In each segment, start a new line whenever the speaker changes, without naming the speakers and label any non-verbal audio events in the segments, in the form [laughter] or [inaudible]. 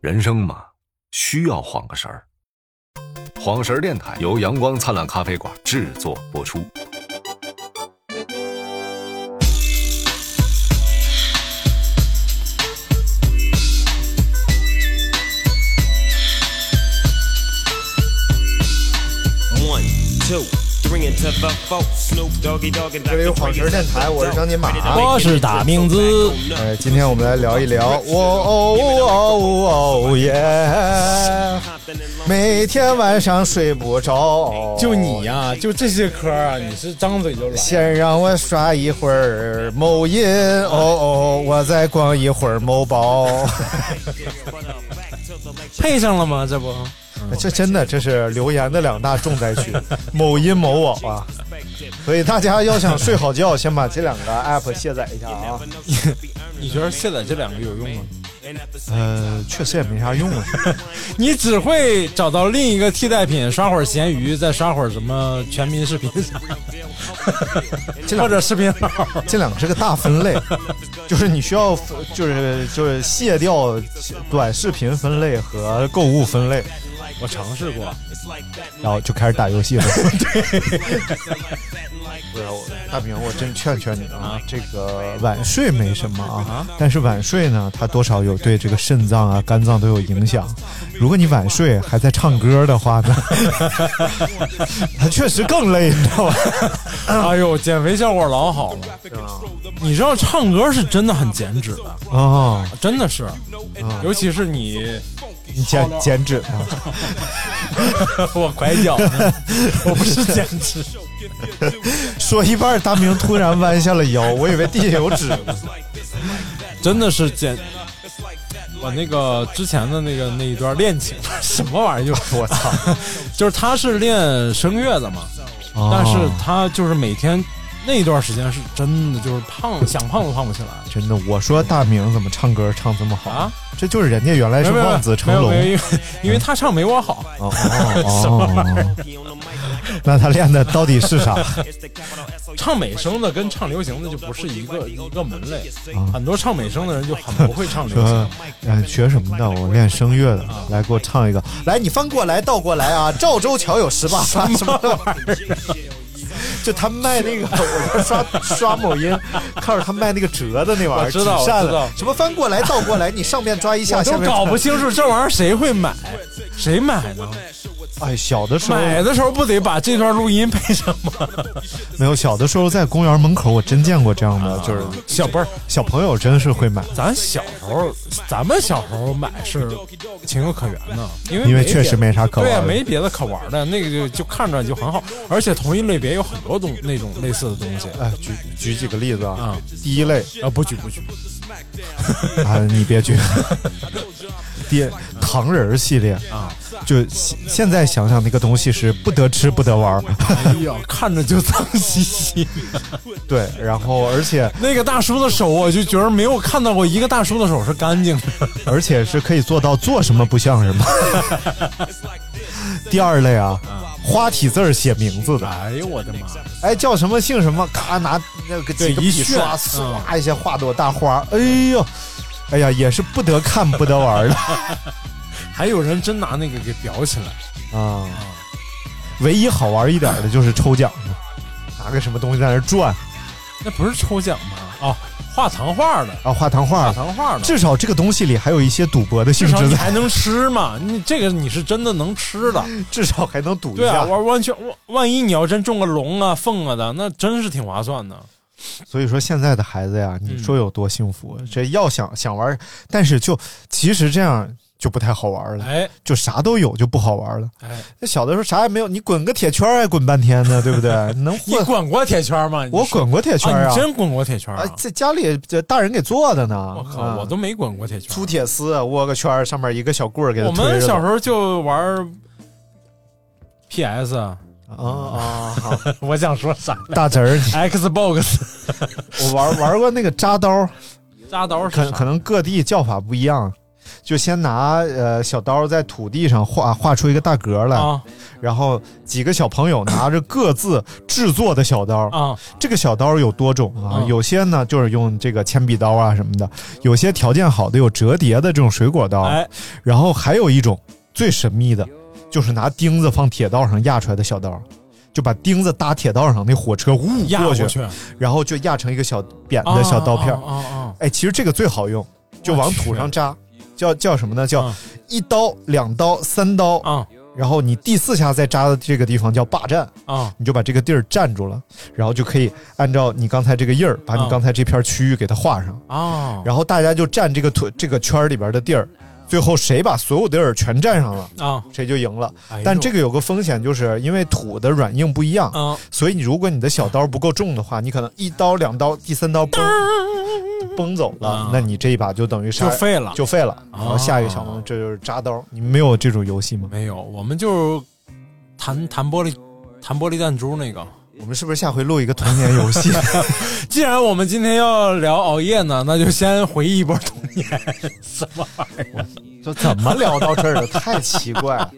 人生嘛，需要晃个神儿。晃神儿电台由阳光灿烂咖啡馆制作播出。
One, two, three into the four. Snoop Doggy Dogg and
这里有晃神电台，我是张金马。
我是大明子，
哎，今天我们来聊一聊，我哦哦哦哦耶！哎每天晚上睡不着，
就你呀、就这些歌啊，你是张嘴就来。
先让我刷一会儿某音，哦哦，我再逛一会儿某宝。
配上了吗？这不，
这真的，这是留言的两大重灾区，某音、某网啊。所以大家要想睡好觉，先把这两个 app 卸载一下啊。
[laughs] 你觉得卸载这两个有用吗？
呃，确实也没啥用啊。
[laughs] 你只会找到另一个替代品，刷会儿闲鱼，再刷会儿什么全民视频啥
[laughs]
的，或者视频号。
这两个是个大分
[laughs]
类，就是你需要分就是就是卸掉短视频分类和购物分类，
我尝试过，
然后就开始打游 [laughs] 戏了。不是我大明，我真劝劝你啊，这个晚睡没什么啊，但是晚睡呢，它多少有对这个肾脏啊、肝脏都有影响。如果你晚睡还在唱歌的话呢， [laughs] 它确实更累，你知道吧？嗯
哎呦，减肥效果老好了。你知道唱歌是真的很减脂的，
啊、 [laughs] 哦，
真的是，
嗯
尤其是你， [laughs]
你减减脂啊。
我拐角呢，我不是减
[laughs]
脂。
说一半，大明突然弯下了腰，我以为地下有纸呢。
真的是简，我那个之前的那个那一段恋情什么玩意儿？
我操！
就是他是练声乐的嘛，
哦
但是他就是每天那一段时间是真的就是胖，想胖都胖不起来
真的，我说大明怎么唱歌唱这么好？
啊！
这就是人家原来
没
是
有没有
望子成龙。
没有没有因为因为他唱没我好，
哦哦哦，那他练的到底是啥？
唱美声的跟唱流行的就不是一个一个门类，
啊
很多唱美声的人就很不会唱流行
说。，嗯，学什么的？我练声乐的，来给我唱一个。来，你翻过来，倒过来啊！赵州桥有十八发什么玩意儿？就他卖那个，我在刷刷某音，看着他卖那个折的那玩意儿，
我知道
挺善
我知道
的。什么翻过来倒过来，你上面抓一下，
我
下
都
面
搞不清楚这玩意儿谁会买，谁买呢？
哎，小的时候
买的时候不得把这段录音配上吗？ [laughs]
没有，小的时候在公园门口，我真见过这样的，就是
小不是，
小朋友真是会买，
咱小时候，咱们小时候买是情有可原的，因为
因为
别
确实没啥可玩
对
的
啊，没别的可玩的，那个就就看着就很好，而且同一类别有很多种那种类似的东西。
哎，举举几个例子啊
嗯，
第一类
啊，不举不 [laughs] 举， [laughs]
啊，你别举，第糖人儿系列啊，就现现在想想那个东西是不得吃不得玩儿， [laughs]
哎呀，看着就脏兮兮。
对，然后而且
那个大叔的手，我就觉得没有看到过一个大叔的手是干净
[laughs]
的。
而且是可以做到做什么不像什么。 [laughs] 第二类啊，花体字儿写名字的，
哎呦我的妈！
哎，叫什么姓什么，咔拿那个几
对
个
一
笔
炫
刷，
嗯
唰一下画朵大花，哎呦，哎呀，也是不得看不得玩的 [laughs]
还有人真拿那个给裱起来，
啊。唯一好玩一点的就是抽奖嘛，拿个什么东西在那儿转
那不是抽奖吗？啊，画糖画的，
啊，画糖画
画，糖画的。
至少这个东西里还有一些赌博的性
至少
质
你
在，
还能吃嘛？你这个你是真的能吃的，
[laughs] 至少还能赌一
对啊，
下。
完完全万万一你要真中个龙啊、凤啊的，那真是挺划算的。
所以说现在的
嗯
孩子呀，你说有多幸福？这要想想玩，但是就其实这样。就不太好玩了，
哎
就啥都有就不好玩了。
哎，
那小的时候啥也没有，你滚个铁圈儿还啊滚半天
[laughs]
呢，对不对？能
你
混？
滚过铁圈吗？你
我
说
滚过铁圈儿
啊，
啊
你，真滚过铁圈啊
啊，！在家里这大人给做的呢。
我
啊
靠，我都没滚过铁圈。
粗铁丝啊窝个圈儿，上面一个小棍儿给它
我们小时
候
候就玩 PS，啊
啊啊，好
我想说啥
大侄儿，
[laughs] ？Xbox
我玩玩过那个扎刀，
扎刀是
可
啥
可能各地叫法不一样，就先拿呃小刀在土地上画画出一个大格来，
啊
然后几个小朋友拿着各自制作的小刀，
啊
这个小刀有多种啊，
嗯
有些呢就是用这个铅笔刀啊什么的，有些条件好的有折叠的这种水果刀，
哎
然后还有一种最神秘的，就是拿钉子放铁道上压出来的小刀。就把钉子搭铁道上，那火车呜
压
过去，
去
然后就压成一个小扁的小刀片儿。
啊啊啊！
哎，其实这个最好用，就往土上扎，叫叫什么呢？叫
啊
一刀、两刀、三刀，
啊
然后你第四下再扎的这个地方叫霸占，
啊
你就把这个地儿占住了，然后就可以按照你刚才这个印儿，把你
啊
刚才这片区域给它画上，
啊！
然后大家就占这个土这个圈儿里边的地儿，最后谁把所有地儿全占上了，
啊，
谁就赢了。
哎呦
但这个有个风险，就是因为土的软硬不一样，
啊，
所以你如果你的小刀不够重的话，你可能一刀、两刀、第三刀崩崩走了
啊，
那你这一把就等于杀
就废了
就废了。啊然后下一个小朋友这就是扎刀，你们没有这种游戏吗？
没有，我们就是弹弹玻璃弹玻璃弹珠那个。
我们是不是下回录一个童年游 [laughs] 戏？
既然我们今天要聊熬夜呢，那就先回忆一波童年。什么玩意儿？
就怎么聊到这儿的？太奇怪 [laughs] 了。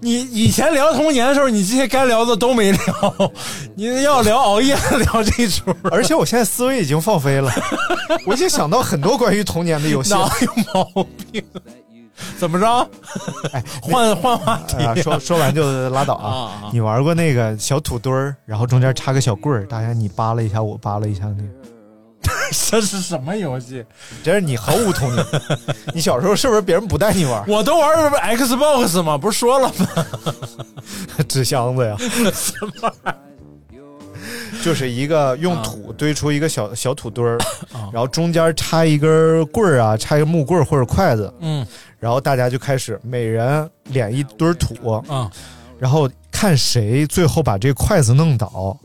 你以前聊童年的时候，你这些该聊的都没聊，你要聊熬夜聊这一出， [laughs]
而且我现在思维已经放飞了， [laughs] 我已经想到很多关于童年的 [laughs] 游戏哎了
脑。有毛病。怎么着？
哎
换换话题
哎呀，说说完就拉倒啊！
啊
你玩过那个小土堆儿，然后中间插个小棍儿，大家你扒拉一下，我扒拉一下那个。
这是什么游戏？
真是你毫无童 [laughs] 年。你小时候是不是别人不带你玩
我都玩儿 Xbox 嘛，不是说了吗？
[laughs] 纸箱子呀？
什么玩意儿
就是一个用土堆出一个小小土堆儿，然后中间插一根棍儿啊，插一个木棍儿或者筷子，
嗯
然后大家就开始每人敛一堆儿土，
啊
然后看谁最后把这个筷子弄倒。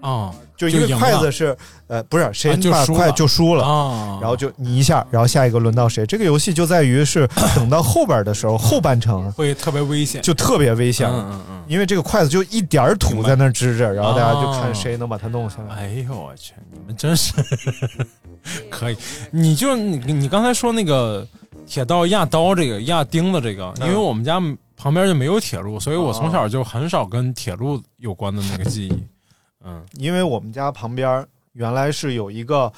啊
就因为
就赢了
筷子是呃不是谁
啊就
把
输
筷
了
就输了。
啊！
然后就你一下，然后下一个轮到谁？这个游戏就在于是等到后边的时候，后半程
会特别危险。
就特别危险了。
嗯嗯
因为这个筷子就一点儿土在那儿支着，然后大家就看谁能把它弄下
嗯，
来。
哎呦我去，你们真 [laughs] 是可以！你就你你刚才说那个铁道压刀这个压钉子这个，因为我们家旁边就没有铁路，所以我从小就很少跟铁路有关的那个记忆。嗯
因为我们家旁边儿原来是有一个，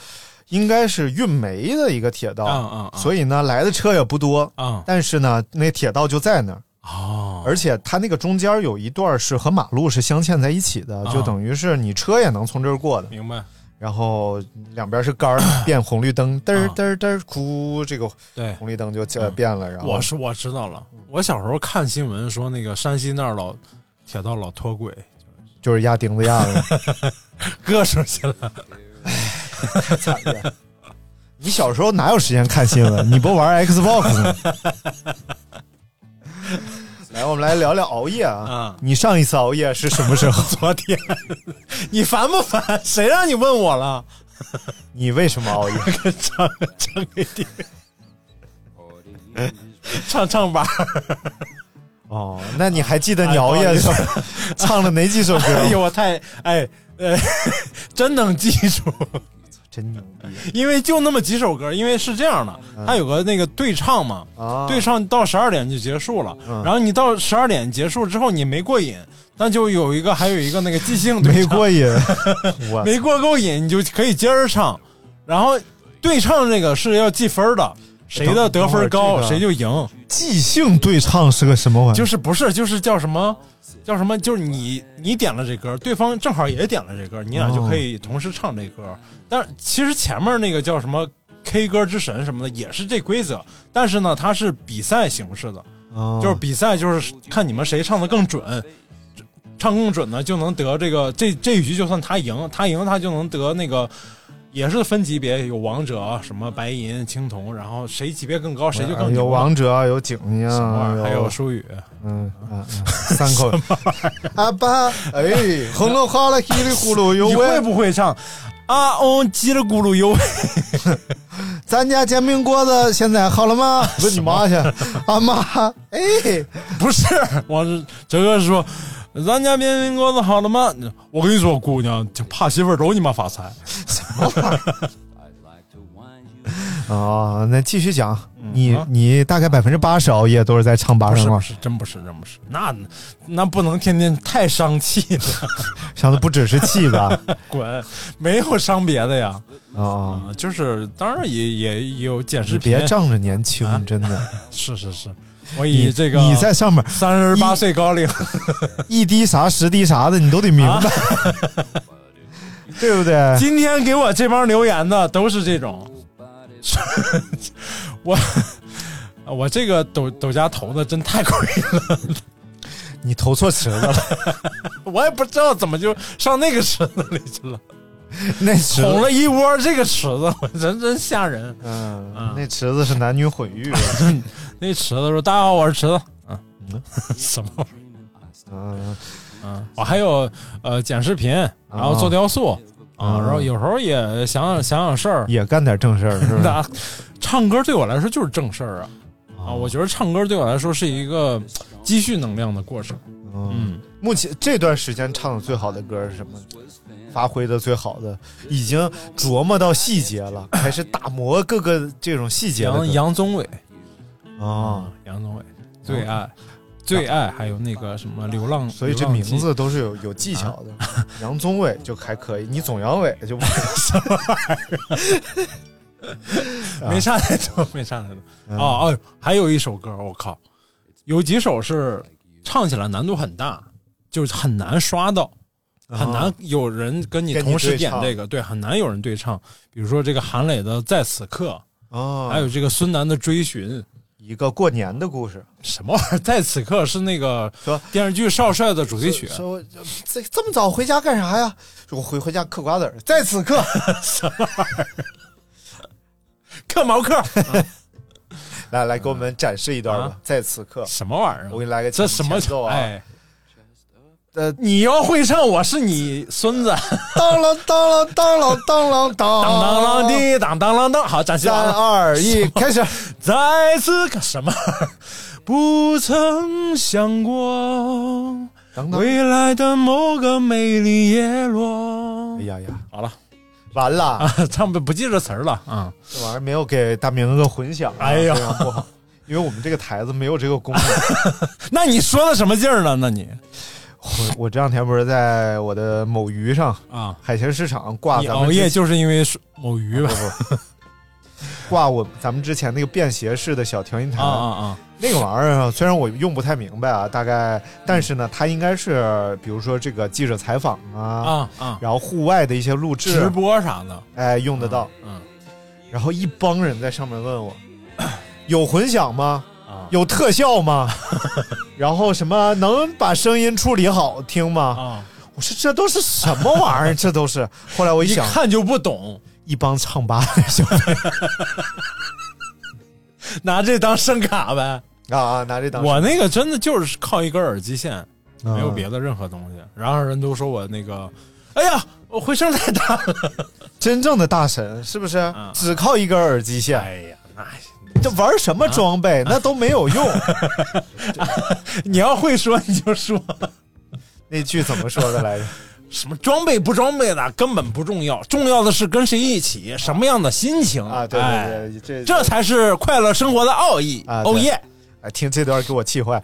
应该是运煤的一个铁道，
嗯嗯嗯
所以呢来的车也不多，
啊
但是呢那铁道就在那儿，
啊
而且它那个中间有一段是和马路是镶嵌在一起的，
啊
就等于是你车也能从这儿过的。
明白，
然后两边是杆儿变红绿灯，嘚儿
啊
嘚儿嘚儿，哭，这个
对，
红绿灯就呃变了。然
嗯
后
我是我知道了，我小时候看新闻说那个山西那儿老铁道老脱轨， [laughs]
就是压钉子压的。
割出去了。
惨了。 [laughs] 你小时候哪有时间看新闻？你不玩 Xbox 吗？ [laughs] 来，我们来聊聊熬夜啊。
嗯
你上一次熬夜是什么时候？
[laughs] 昨天你烦不烦？谁让你问我了？
你为什么熬
[laughs]
夜？
唱唱给你听，唱唱
[laughs]
吧。
哦，那你还记得你熬夜的时
哎
候 [laughs] 唱了哪几首歌？
[laughs] 哎呦，我太哎呃， [laughs] 真能记住，
真牛逼啊
因为就那么几首歌。因为是这样的，它有个那个对唱嘛，
嗯啊！嗯
对唱到十二点就结束了，然后你到十二点结束之后你没过瘾，那就有一个还有一个那个即兴对
没
唱
过瘾， [laughs] 我
没过够瘾，你就可以接着唱，然后对唱这个是要记分的，谁的得分
等
高
会儿这个嗯
谁就赢，
即兴对唱是个什么玩意？
就是是不是就是叫什么叫什么，就是你你点了这歌，对方正好也点了这歌，你俩就可以同时唱这歌。但是其实前面那个叫什么 K 歌之神什么的也是这规则，但是呢它是比赛形式的，
哦
就是比赛，就是看你们谁唱的更准，唱更准呢就能得这个这这一局就算他赢，他赢他就能得那个也是分级别，有王者、啊什么白银、青铜，然后谁级别更高谁就更牛
啊有哎王者，有景呀
什么玩意，儿，还有
有
舒雨，
嗯嗯，嗯三口阿爸，哎，轰隆哗啦，稀里呼噜哟
你会
喂，
不会唱？啊嗡叽里咕噜哟喂，
咱家煎饼锅子现在好了吗？问你妈去，阿妈，哎，
[laughs] 不是，我是哲哥说，咱家煎饼锅子好了吗？我跟你说，姑娘，就怕媳妇儿都你妈发财。
哦，那继续讲，你你大概百分之八十熬夜都是在唱八
不是
声
嗯啊不
吗？
是，真不是真不是，那那不能天天太伤气了，
[laughs] 上的不只是
[laughs]
气吧？
滚，没有伤别的呀，
哦，
啊，就是当然也也也有剪视
你
频，
别仗着年轻，
啊
真的。
是是是，我 [laughs] 以这个
你在上面
三十八岁高龄，
哎一滴啥十滴啥的，你都得明白， [laughs] 对不对？
今天给我啊这帮留言的都是这种，我我这个抖抖家投的真太亏了，
你投错池子了， [laughs]
我也不知道怎么就上那个池子里去了，
那池
捅
子，
了一窝这个池子，我真真吓人。
嗯，那池子是男女混浴，
那池子说：“大家好，我是池子。”嗯， [laughs] 什么玩意儿？
嗯，
我还有呃剪视频，然后做雕塑啊，
啊
然后有时候也想想想想事儿。
也干点正事儿，是吧？
那唱歌对我来说就是正事儿啊
哦
啊！我觉得唱歌对我来说是一个积蓄能量的过程。
嗯，目前这段时间唱的最好的歌是什么？发挥的最好的，已经琢磨到细节了，开始打磨各个这种细节的
杨
歌
杨宗纬
啊，，
杨宗纬最爱最爱，还有那个什么流浪，
哦所以这
流浪
名
记
字都是有有技巧的。杨宗纬就还可以，你总阳痿就不啊
没差太多，没差太多。
嗯
哦哦，还有一首歌，我靠，有几首是唱起来难度很大，就是很难刷到，很难有人跟你
啊跟你
同时
对
点
唱
这个，对，很难有人对唱。比如说这个韩磊的《在此刻》，
啊，
还有这个孙楠的《追寻》。
一个过年的故事，
什么玩意儿？在此刻是那个
说
电视剧《少帅》的主题曲，
说这这么早回家干啥呀？我回回家嗑瓜子儿，在此刻
克毛克，
来来给我们展示一段吧，
啊
在此刻，
什么玩意儿？
我给你来个
这
前
什么
前奏啊
哎，
呃，
你要会唱，我是你孙子。
当啷当啷当啷当啷
当
当
当当，滴当当当当，好，展示完
三
了。
二一，开始。
再次看什么？ [laughs] 不曾想过
等等，
未来的某个美丽叶落
哎。呀呀，
好了
完了，
啊，唱不不记这词儿了啊。
这玩意儿没有给大明个混响啊，
哎呀
非常不好，因为我们这个台子没有这个功能。 [laughs]
那你说的什么劲儿呢？那你
我我这两天不是在我的某鱼上
啊，
海鲜市场挂
你
咱
熬
们
夜
之前
就是因为说某鱼吧？
挂我咱们之前那个便携式的小调音台
啊啊啊！
那个玩意儿啊，虽然我用不太明白啊，大概，但是呢，它应该是比如说这个记者采访啊，
啊啊！
然后户外的一些录制，啊
直播啥的，
哎用得到。
嗯
然后一帮人在上面问我， [coughs] 有混响吗？
啊
有特效吗？ [laughs] 然后什么能把声音处理好听吗？
啊，
我说这都是什么玩意儿？ [laughs] 这都是。后来我一
一
想，
看就不懂，
一帮唱吧的小
[laughs]
朋
拿这当声卡呗。
友啊，拿这当
我那个真的就是靠一根耳机线，没
没
有别的任何东西。然后人都说我那个，哎呀，我回声太大了。
真正的大神是不是？只靠一根耳机线，
嗯哎嗯呀，那
这玩什么装备、那都没有用。
[laughs] 你要会说你就说，
那句怎么说的来着？
什么装备不装备的根本不重要，重要的是跟谁一起，什么样的心情
啊，对
哎
对对，这
这才是快乐生活的奥义。
啊对
哦耶，
哎，听这段给我气坏。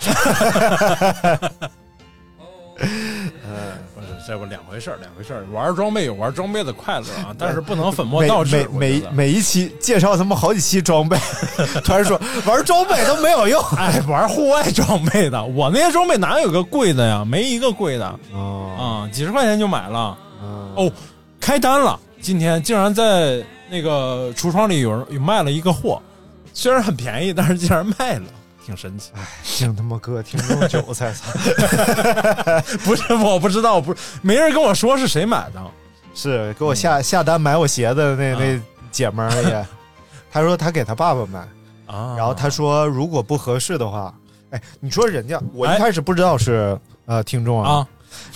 不是这不两回事儿，两回事儿。玩装备有玩装备的快乐 [laughs] 啊，但是不能粉末
每
倒置。
每
我觉
每
得
每一期介绍他们好几期装 [laughs] 备，突然说玩装备都没有用。
[laughs] 哎，玩户外装备的，我那些装备哪有个贵的呀？没一个贵的。
哦，嗯
啊、几十块钱就买了。哦，开单了，今天竟然在那个橱窗里有人有卖了一个货，虽然很便宜，但是竟然卖了， [laughs] 挺神奇。
净他妈哥听众韭菜，操！
不是，我不知道，不是，没人跟我说是谁买的。
[laughs] 是给我下、下单买我鞋子的那、那姐们儿 [laughs] 也，她说她给她爸爸买，
啊，
然后她说如果不合适的话，哎，你说人家我
哎
一开始不知道是、呃听众啊，
啊，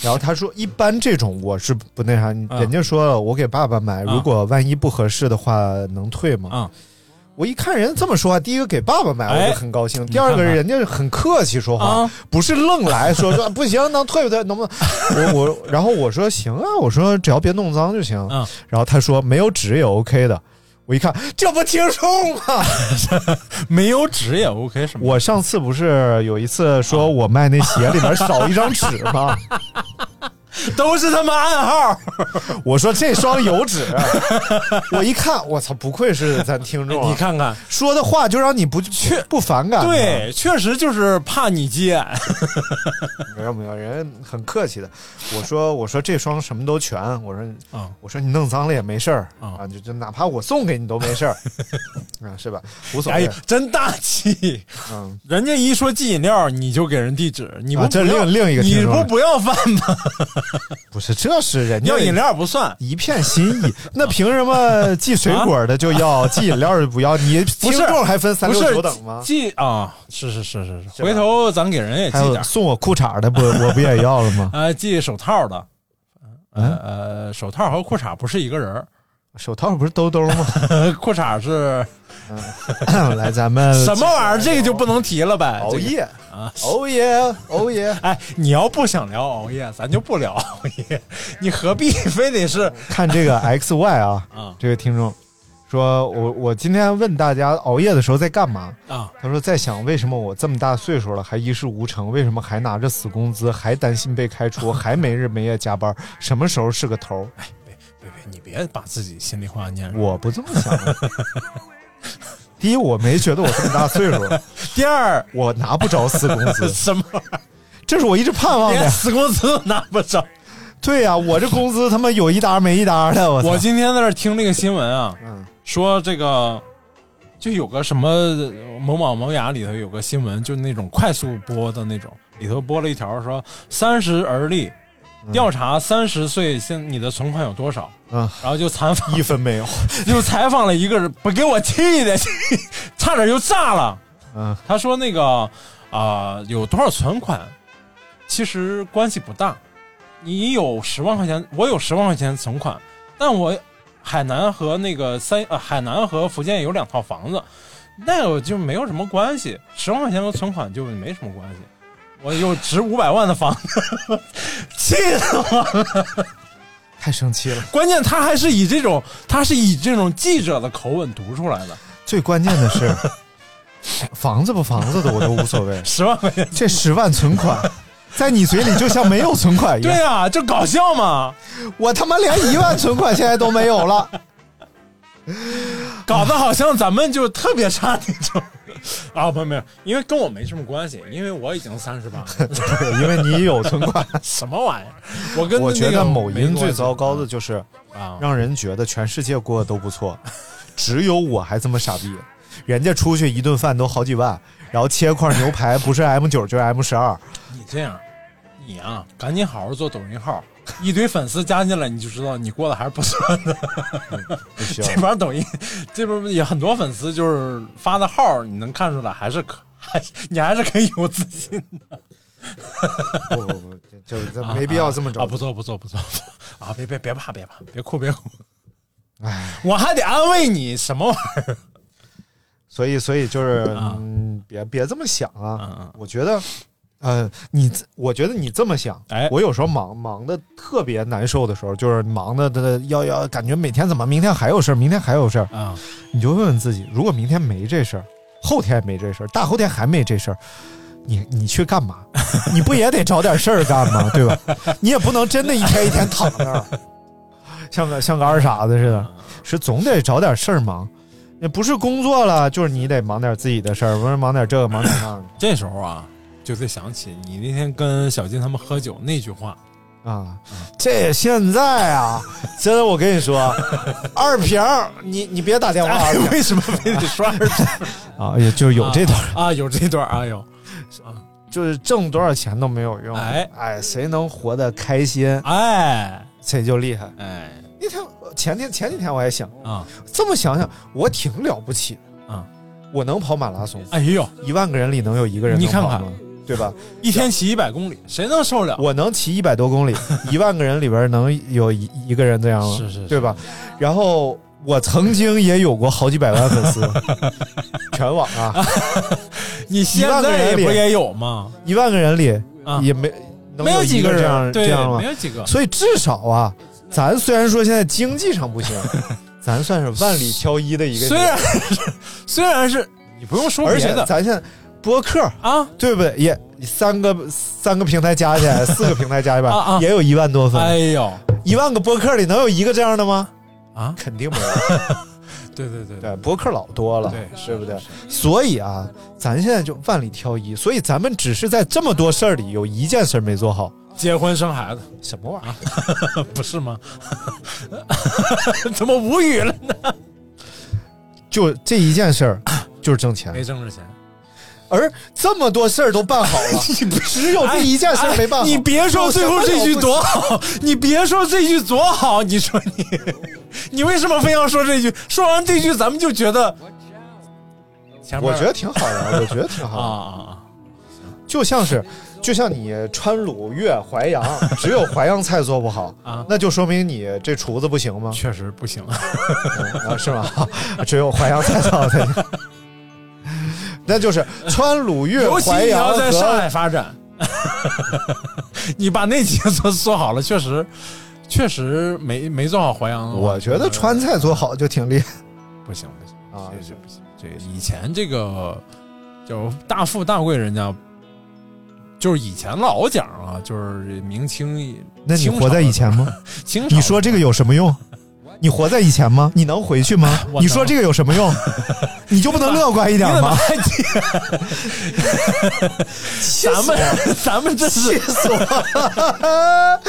然后她说一般这种我是不那啥，
啊
人家说了我给爸爸买，
嗯
如果万一不合适的话能退吗？
啊
我一看人家这么说话，第一个给爸爸买，
哎
我就很高兴；
看
第二个人家很客气说话，
啊
不是愣来说说不行，能退不退，能不 [laughs] 能？我我然后我说行啊，我说只要别弄脏就行。
嗯
然后他说没有纸也 OK 的。我一看，这不听众吗？
[laughs] 没有纸也 OK 什么？
我上次不是有一次
啊
说我卖那鞋里边少一张纸吗？
都是他妈暗
[laughs]
号。
我说这双有纸，我一看，我操，不愧是咱听众啊、
你看看，
说的话就让你不去不反感。，啊
对，确实就是怕你急眼。
没有没有，人很客气的。我说我说这双什么都全，我说
啊
我说你弄脏了也没事儿、
啊
啊，就就哪怕我送给你都没事儿
[laughs]
啊，是吧？无所
哎
谓，
呀，真大气！
嗯，
人家一说寄饮料，你就给人地址，你不
啊这
不要
另另一个
你
听众
不不要饭吗？
不是，这是人家
要饮。料不算，
一片心意，那凭什么寄水果的就要，寄饮料的不要？你
啊不
听
是
众还分三
不
六
是
九等吗？
寄啊，是是是是是，
吧
回头咱给人也寄
还有
点儿，
送我裤衩的不，我不也要了吗？
呃，寄手套的，呃
嗯
呃，手套和裤衩不是一个人儿，
手套不是兜兜 [laughs] 吗？
[laughs] 裤衩是
来，咱们
什么玩意儿？这个就不能提了呗。
呃熬
这个，
夜啊？熬夜，熬夜。
哎，你要不想聊熬夜，咱就不聊熬夜，你何必非得是
看这 [laughs] 个 X Y 啊，
啊
这位听众说，我我今天问大家熬夜的时候在干嘛？
啊？
他说在想为什么我这么大岁数了还一事无成，为什么还拿着死工资，还担心被开除， [laughs] 还没日没夜加班，什么时候是个头儿？ [laughs]
别别，你别把自己心里话念出来。
我不这么想的。第一，我没觉得我这么大岁数了， [laughs]
第二，
我拿不着死工资，
什么玩意儿？
这是我一直盼望的
连
呀。
死工资都拿不着。
对呀、我这工资他妈有一搭没一搭 [laughs] 的，我操
我今天在那儿听那个新闻啊，
嗯
说这个就有个什么呃某网某雅里头有个新闻，就那种快速播的那种，里头播了一条说三十而立，调查三十岁现你的存款有多少，
嗯，
然后就采访
一分没有。
[laughs] 就采访了一个人，把给我气的， [laughs] 差点就炸了。
嗯，
他说那个啊、有多少存款，其实关系不大。你有十万块钱，我有十万块钱存款，但我海南和那个三、呃、海南和福建有两套房子，那我就没有什么关系。十万块钱的存款就没什么关系。我有值五百万的房子， [laughs] 气死我！
太生气了。
关键他还是以这种，他是以这种记者的口吻读出来的，。
最关键的是， [laughs] 房子不房子的我都无所 [laughs] 谓
十万块钱。
这十万存款，在你嘴里就像没有存款一
[laughs] 对
样。
呀、就搞笑 [laughs] 嘛，
我他妈连一万存款现在都没有了。
搞得好像咱们就特别差那种。 [laughs] 啊，不，没有，因为跟我没什么关系，因为我已经三十八 [laughs] 了。
对，因为你有存款。
什么玩意儿？我跟
[laughs] 我觉
那
得
个
某音
没关
最
系
糟糕的就是
啊，
让人觉得全世界过得都不错，只有我还这么傻逼。人家出去一顿饭都好几万，然后切块牛排不是 M 九就是 M 十二，
你这样，你啊，赶紧好好做抖音号， [laughs] 一堆粉丝加进来，你就知道你过得还是不错的。
不哎行
[laughs] 这帮抖音，这边也很多粉丝就是发的号，你能看出来，还是可还是你还是可以有自信的
不不不，就
[laughs]
就没必要这么
啊！
整
不。错不错不错不错啊！别别别怕别怕，别哭别哭。我还得安慰你什么玩意儿？
所以，所以就是，嗯，别别这么想
嗯
啊
嗯！
我觉得，呃，你这我觉得你这么想，
哎
我有时候忙忙的特别难受的时候，就是忙的的要要感觉每天怎么明天还有事儿，明天还有事儿，
啊，
你就问问自己，如果明天没这事儿，后天没这事儿，大后天还没这事儿。你你去干嘛？你不也得找点事儿干吗？对吧？你也不能真的一天一天躺那儿，像个像个二傻子似的，是总得找点事儿忙。也不是工作了，就是你得忙点自己的事儿，不是忙点这个忙点那个
这时候啊，就得想起你那天跟小金他们喝酒那句话。
啊。这现在啊，真的，我跟你说，二瓶儿，你你别打电话
哎
二瓶，
[laughs] 为什么非得说二次
儿啊，也就有这段
啊？ [laughs] 有这段，哎呦，
就是挣多少钱都没有用。
哎
哎，谁能活得开心，
哎
谁就厉害。
哎，
那天前天前几天我还想，
啊，
这么想想，我挺了不起的
啊，
我能跑马拉松，
哎呦，
一万个人里能有一个人
你
能跑
看看啊
吗？
[laughs]
对吧？
一天骑一百公里，谁能受了？
我能骑一百
[laughs]
多公里，一万个人里边能有一一个人这样吗？
是是是
对吧？然后我曾经也有过好几百万粉
[laughs]
丝，全网啊，
你现
一万个
在
人
也不
脸
也有吗？
一万个人里
啊
也没、能
没有
一
几个
这
人，
样
对
这样，吗
没？有几个。
所以至少啊，咱虽然说现在经济上不行，咱算是万里挑一的一个
虽
地方，
然 [laughs] 虽然是你不用说
而
别
且
的
咱现在播客。
啊，
对不对？也三个三个平台加起来，四个平台加起来，
啊啊
也有一万多分。
哎呦
一万个播客里能有一个这样的吗？
啊，
肯定没有。
对对对
对，博客老多了，
对
不对？所以啊，咱现在就万里挑一，所以咱们只是在这么多事儿里有一件事儿没做好，
结婚生孩子，
什么玩意儿？
[laughs] 不是吗？怎么无语了？
就这一件事儿， [coughs] 就是挣钱
没，挣着钱，
而这么多事儿都
[laughs]
办好了，只有这一件事儿没办好。
哎你别说最后这句多好，你别说这句多好，你说你， [laughs] 你为什么非要说这句？说完这句，咱们就觉得，前面
我觉得挺
[laughs]
好的，我觉得挺
啊
好的，
啊啊，
就像是。就像你川鲁粤淮
[laughs]
扬，只有淮扬菜做不好
啊
那就说明你这厨子不行吗？
确实不行，
啊，是吗？ [laughs] 只有淮扬菜烧的。 [laughs] 那就是川鲁粤
尤其
淮
你
扬
要在上海
和
发 [laughs] 展，你把那几个做做好了，确实确实没没做好淮扬。啊
我觉得川菜做好就挺厉害
不行不行，
啊
这这不行，这个以前这个就大富大贵人家。就是以前老讲啊，就是明清，
那你活在以前吗？
[laughs] 清朝
你说这个有什么用？你活在以前吗？你能回去吗？
[laughs] 我能
你说这个有什
[laughs]
么用？你就不能乐观一点
你怎么
吗？
还记得？咱
[laughs]
们咱们这是
死我 [laughs] 了！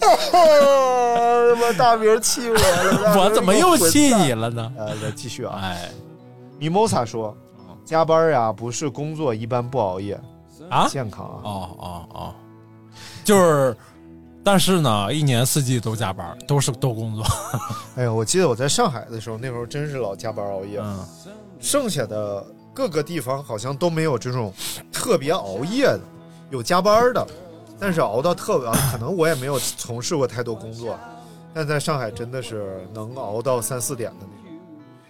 哎他妈大明气我了
我怎么又气？你了呢？
呃，来继续啊。
哎
Mimosa 说，
哦
加班呀、不是工作，一般不熬夜，
啊！
健康啊。
哦哦哦，就是，但是呢，一年四季都加班，都是都工作。
哎呀，我记得我在上海的时候，那时候真是老加班熬夜，
嗯，
剩下的各个地方好像都没有这种特别熬夜的，有加班的，但是熬到特别，啊可能我也没有从事过太多工作，但在上海真的是能熬到三四点的那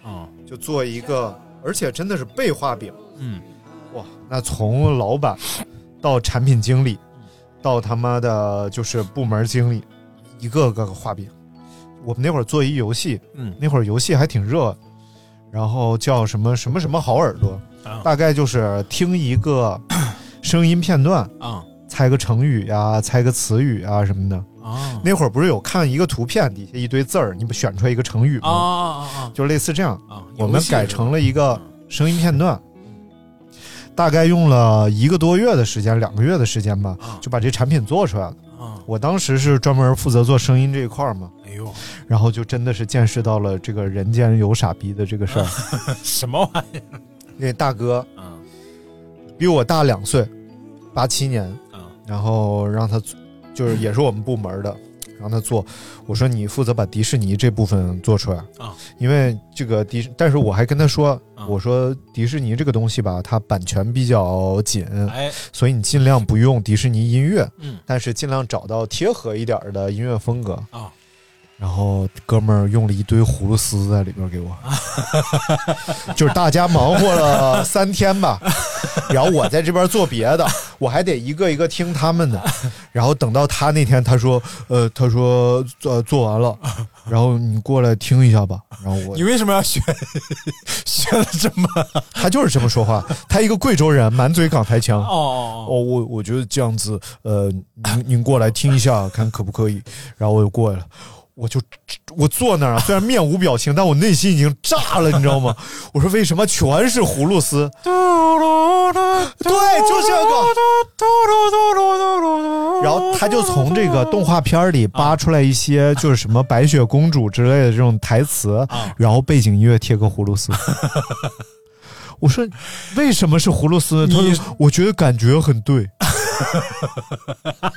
哦，
种，就做一个，而且真的是背画饼，
嗯，
哇，那从老板到产品经理，
嗯
到他妈的就是部门经理，一个个画饼。我们那会儿做一游戏，
嗯
那会儿游戏还挺热，然后叫什么什么什么好耳朵，
啊
大概就是听
[coughs]
一个声音片段，
啊
猜个成语呀、猜个词语啊什么的。
啊
那会儿不是有看一个图片底下一堆字儿，你不选出来一个成语
啊
吗？
啊啊
就类似这样。
啊！
我们改成了一个声音片段，大概用了一个多月的时间，两个月的时间吧
啊，
就把这产品做出来了。
啊，
我当时是专门负责做声音这一块儿嘛，
哎呦，
然后就真的是见识到了这个人间有傻逼的这个事儿。
什么玩意
那大哥
儿？啊
比我大两岁，八七年，
啊
然后让他做就是也是我们部门的，让他做。我说你负责把迪士尼这部分做出来
啊，
因为这个迪士，但是我还跟他说，
啊
我说迪士尼这个东西吧，它版权比较紧，
哎，
所以你尽量不用迪士尼音乐，
嗯
但是尽量找到贴合一点儿的音乐风格。
啊
然后哥们儿用了一堆葫芦丝在里边给我， [laughs] 就是大家忙活了三
[laughs]
天吧，然后我在这边做别的，我还得一个一个听他们的，然后等到他那天他说，呃，他说呃做
[laughs]
完了，然后你过来听一下吧，然后我
你为什么要
[laughs]
学学的这么？
他就是这么说话，他一个贵州人，满嘴港台腔。
哦哦
哦，我我觉得这样子，呃，您您过来听一下，看可不可以？然后我就过来了，我就我坐那儿啊，虽然面无表情，但我内心已经炸了，你知道吗？ [laughs] 我说为什么全是葫芦丝？
哦
对，就这个。然后他就从这个动画片里扒出来一些，就是什么白雪公主之类的这种台词，然后背景音乐贴个葫芦丝。我说为什么是葫芦丝？他
你
说我觉得感觉很对，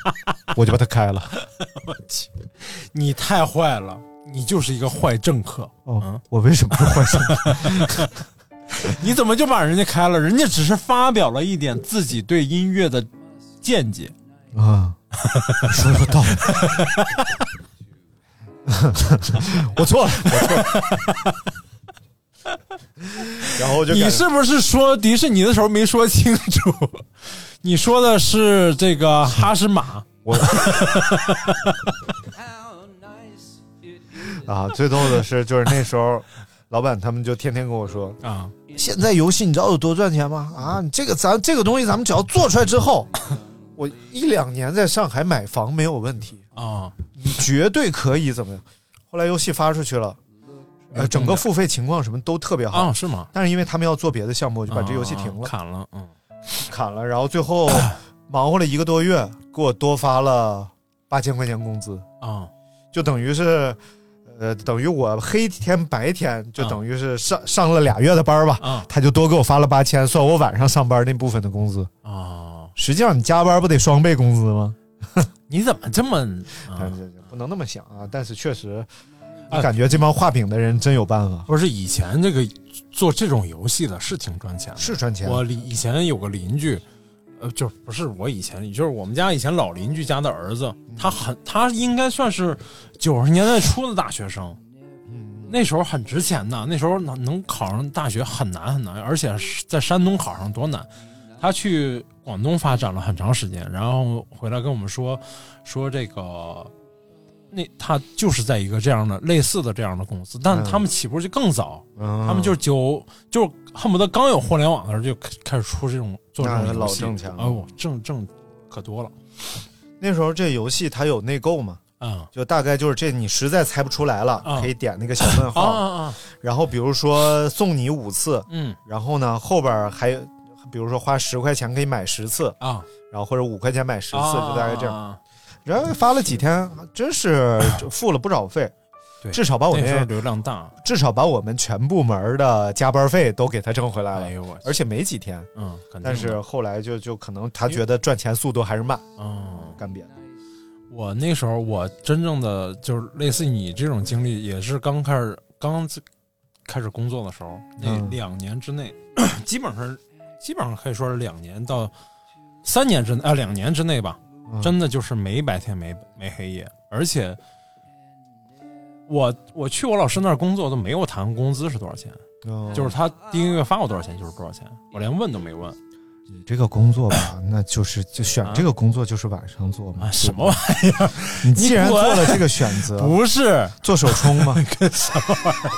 [laughs] 我就把它开了。
哦，你太坏了。你就是一个坏政客，
哦，我为什么是幻想？
你怎么就把人家开了？人家只是发表了一点自己对音乐的见解，
啊，你说的有道理。我错了，
[laughs]
我错了。然后我就
你
感
是不是说迪士尼的时候没说清楚？你说的是这个哈什马，
我啊，最逗的是，就是那时候，老板他们就天天跟我说，
啊，
现在游戏你知道有多赚钱吗？啊，你这个咱这个东西咱们只要做出来之后，我一两年在上海买房没有问题，
啊，
你绝对可以怎么样？后来游戏发出去了，呃，整个付费情况什么都特别好，
啊，是吗？
但是因为他们要做别的项目，就把这游戏停
啊
了，
砍了，嗯，
砍了，然后最后忙活了一个多月，给我多发了八千块钱工资，
啊，
就等于是，呃，等于我黑天白天，就
啊
等于是上、上了俩月的班儿吧，
啊
他就多给我发了八千，算我晚上上班那部分的工资。
啊，
实际上你加班不得双倍工资吗？
你怎么这么啊
但是不能那么想啊，但是确实，
啊
我感觉这帮画饼的人真有办法，
不是以前这个做这种游戏的是挺赚钱的。
是赚钱。
我邻以前有个邻居，呃，就不是我以前，就是我们家以前老邻居家的儿子，
嗯
他很他应该算是九十年代初的大学生，
嗯
那时候很值钱的，那时候能能考上大学很难很难，而且是在山东考上多难。他去广东发展了很长时间，然后回来跟我们说说这个。那他就是在一个这样的类似的这样的公司，但
嗯
他们起步就更早，
嗯
他们就是九，就是恨不得刚有互联网的时候就开开始出这种做这种
那
游
老
戏
挣钱了
哦，挣挣可多了，
那时候这游戏它有内购嘛，
嗯
就大概就是这你实在猜不出来了，
啊
可以点那个小问
啊
号，
啊啊，
然后比如说送你五次，
嗯
然后呢后边儿还有，比如说花十块钱可以买十次，
啊，
然后或者五块钱买十次，
哦
就大概这样。
样。
然后发了几天，真是付了不少费
对，
至少把哦我
那时候
那啊
流量大，
至少把我们全部门儿的加班费都给他挣回来了，
哎呦我去，
而且没几天。
嗯，肯定的
但是后来就就可能他觉得赚钱速度还是慢，
嗯，
干瘪的。
我那时候我真正的就是类似你这种经历，也是刚开始刚开始工作的时候，那
嗯
两年之内， [coughs] 基本上基本上可以说是两年到三年之内啊，两年之内吧，
嗯
真的就是没白天没没黑夜，而且我我去我老师那儿工作都没有谈工资是多少钱，
嗯
就是他第一个月发我多少钱就是多少钱，我连问都没问
你这个工作吧，那就是
[laughs]
就选
啊
这个工作就是晚上做嘛
啊，。什么玩意儿？
你既然
你滚
做了这个选择，
[laughs] 不是
做手冲嘛，
[laughs]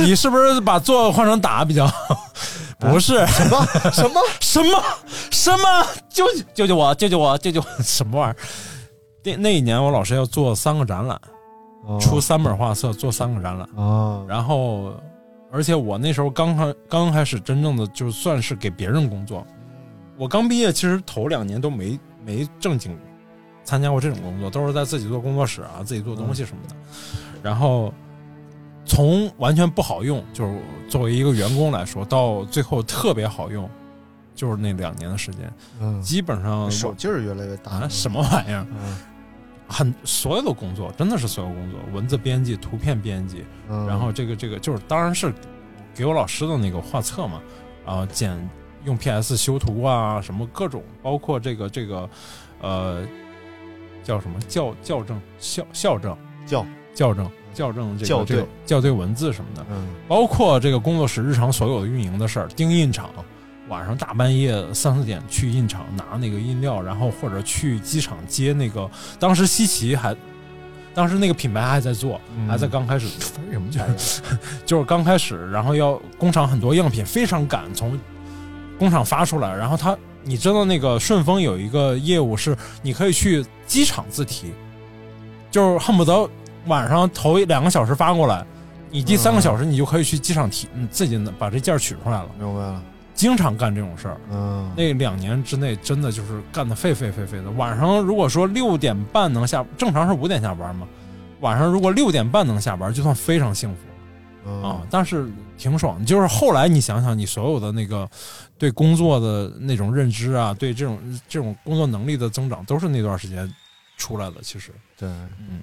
你是不是把做换成打比较好？不是
什么什么？
[laughs] 什么什么救救救我救救我救救我 [laughs] 什么玩意儿？那那一年我老师要做三个展览，
哦
出三本画册，做三个展览。
哦，
然后，而且我那时候刚开刚开始真正的就算是给别人工作，我刚毕业，其实头两年都没没正经参加过这种工作，都是在自己做工作室啊，自己做东西什么的。然后从完全不好用，就是作为一个员工来说，到最后特别好用，就是那两年的时间，
嗯，
[laughs] 基本上
手劲儿越来越大
啊
了
什么玩意儿，
嗯
很所有的工作真的是所有工作，文字编辑、图片编辑。
嗯
然后这个这个就是当然是给我老师的那个画册嘛，啊，剪用 PS 修图啊，什么各种，包括这个这个呃叫什么校校正校校正
叫
校正校正这个
校
这
对
个校对文字什么的，
嗯
包括这个工作室日常所有的运营的事儿，盯印厂。晚上大半夜三四点去印厂拿那个印料，然后或者去机场接那个，当时西奇还，当时那个品牌还在做，
嗯
还在刚开始，翻什么就是 [laughs] 就是刚开始，然后要工厂很多样品非常赶，从工厂发出来，然后他你知道那个顺丰有一个业务是你可以去机场自提，就是恨不得晚上头一两个小时发过来，你第三个小时你就可以去机场提，你自己把这件儿取出来了，
明白了，
经常干这种事儿。
嗯，
那两年之内真的就是干得沸沸沸沸的。晚上如果说六点半能下，正常是五点下班嘛，晚上如果六点半能下班，就算非常幸福
嗯
啊。但是挺爽，就是后来你想想，你所有的那个对工作的那种认知啊，对这种这种工作能力的增长，都是那段时间出来的。其实，
对，
嗯，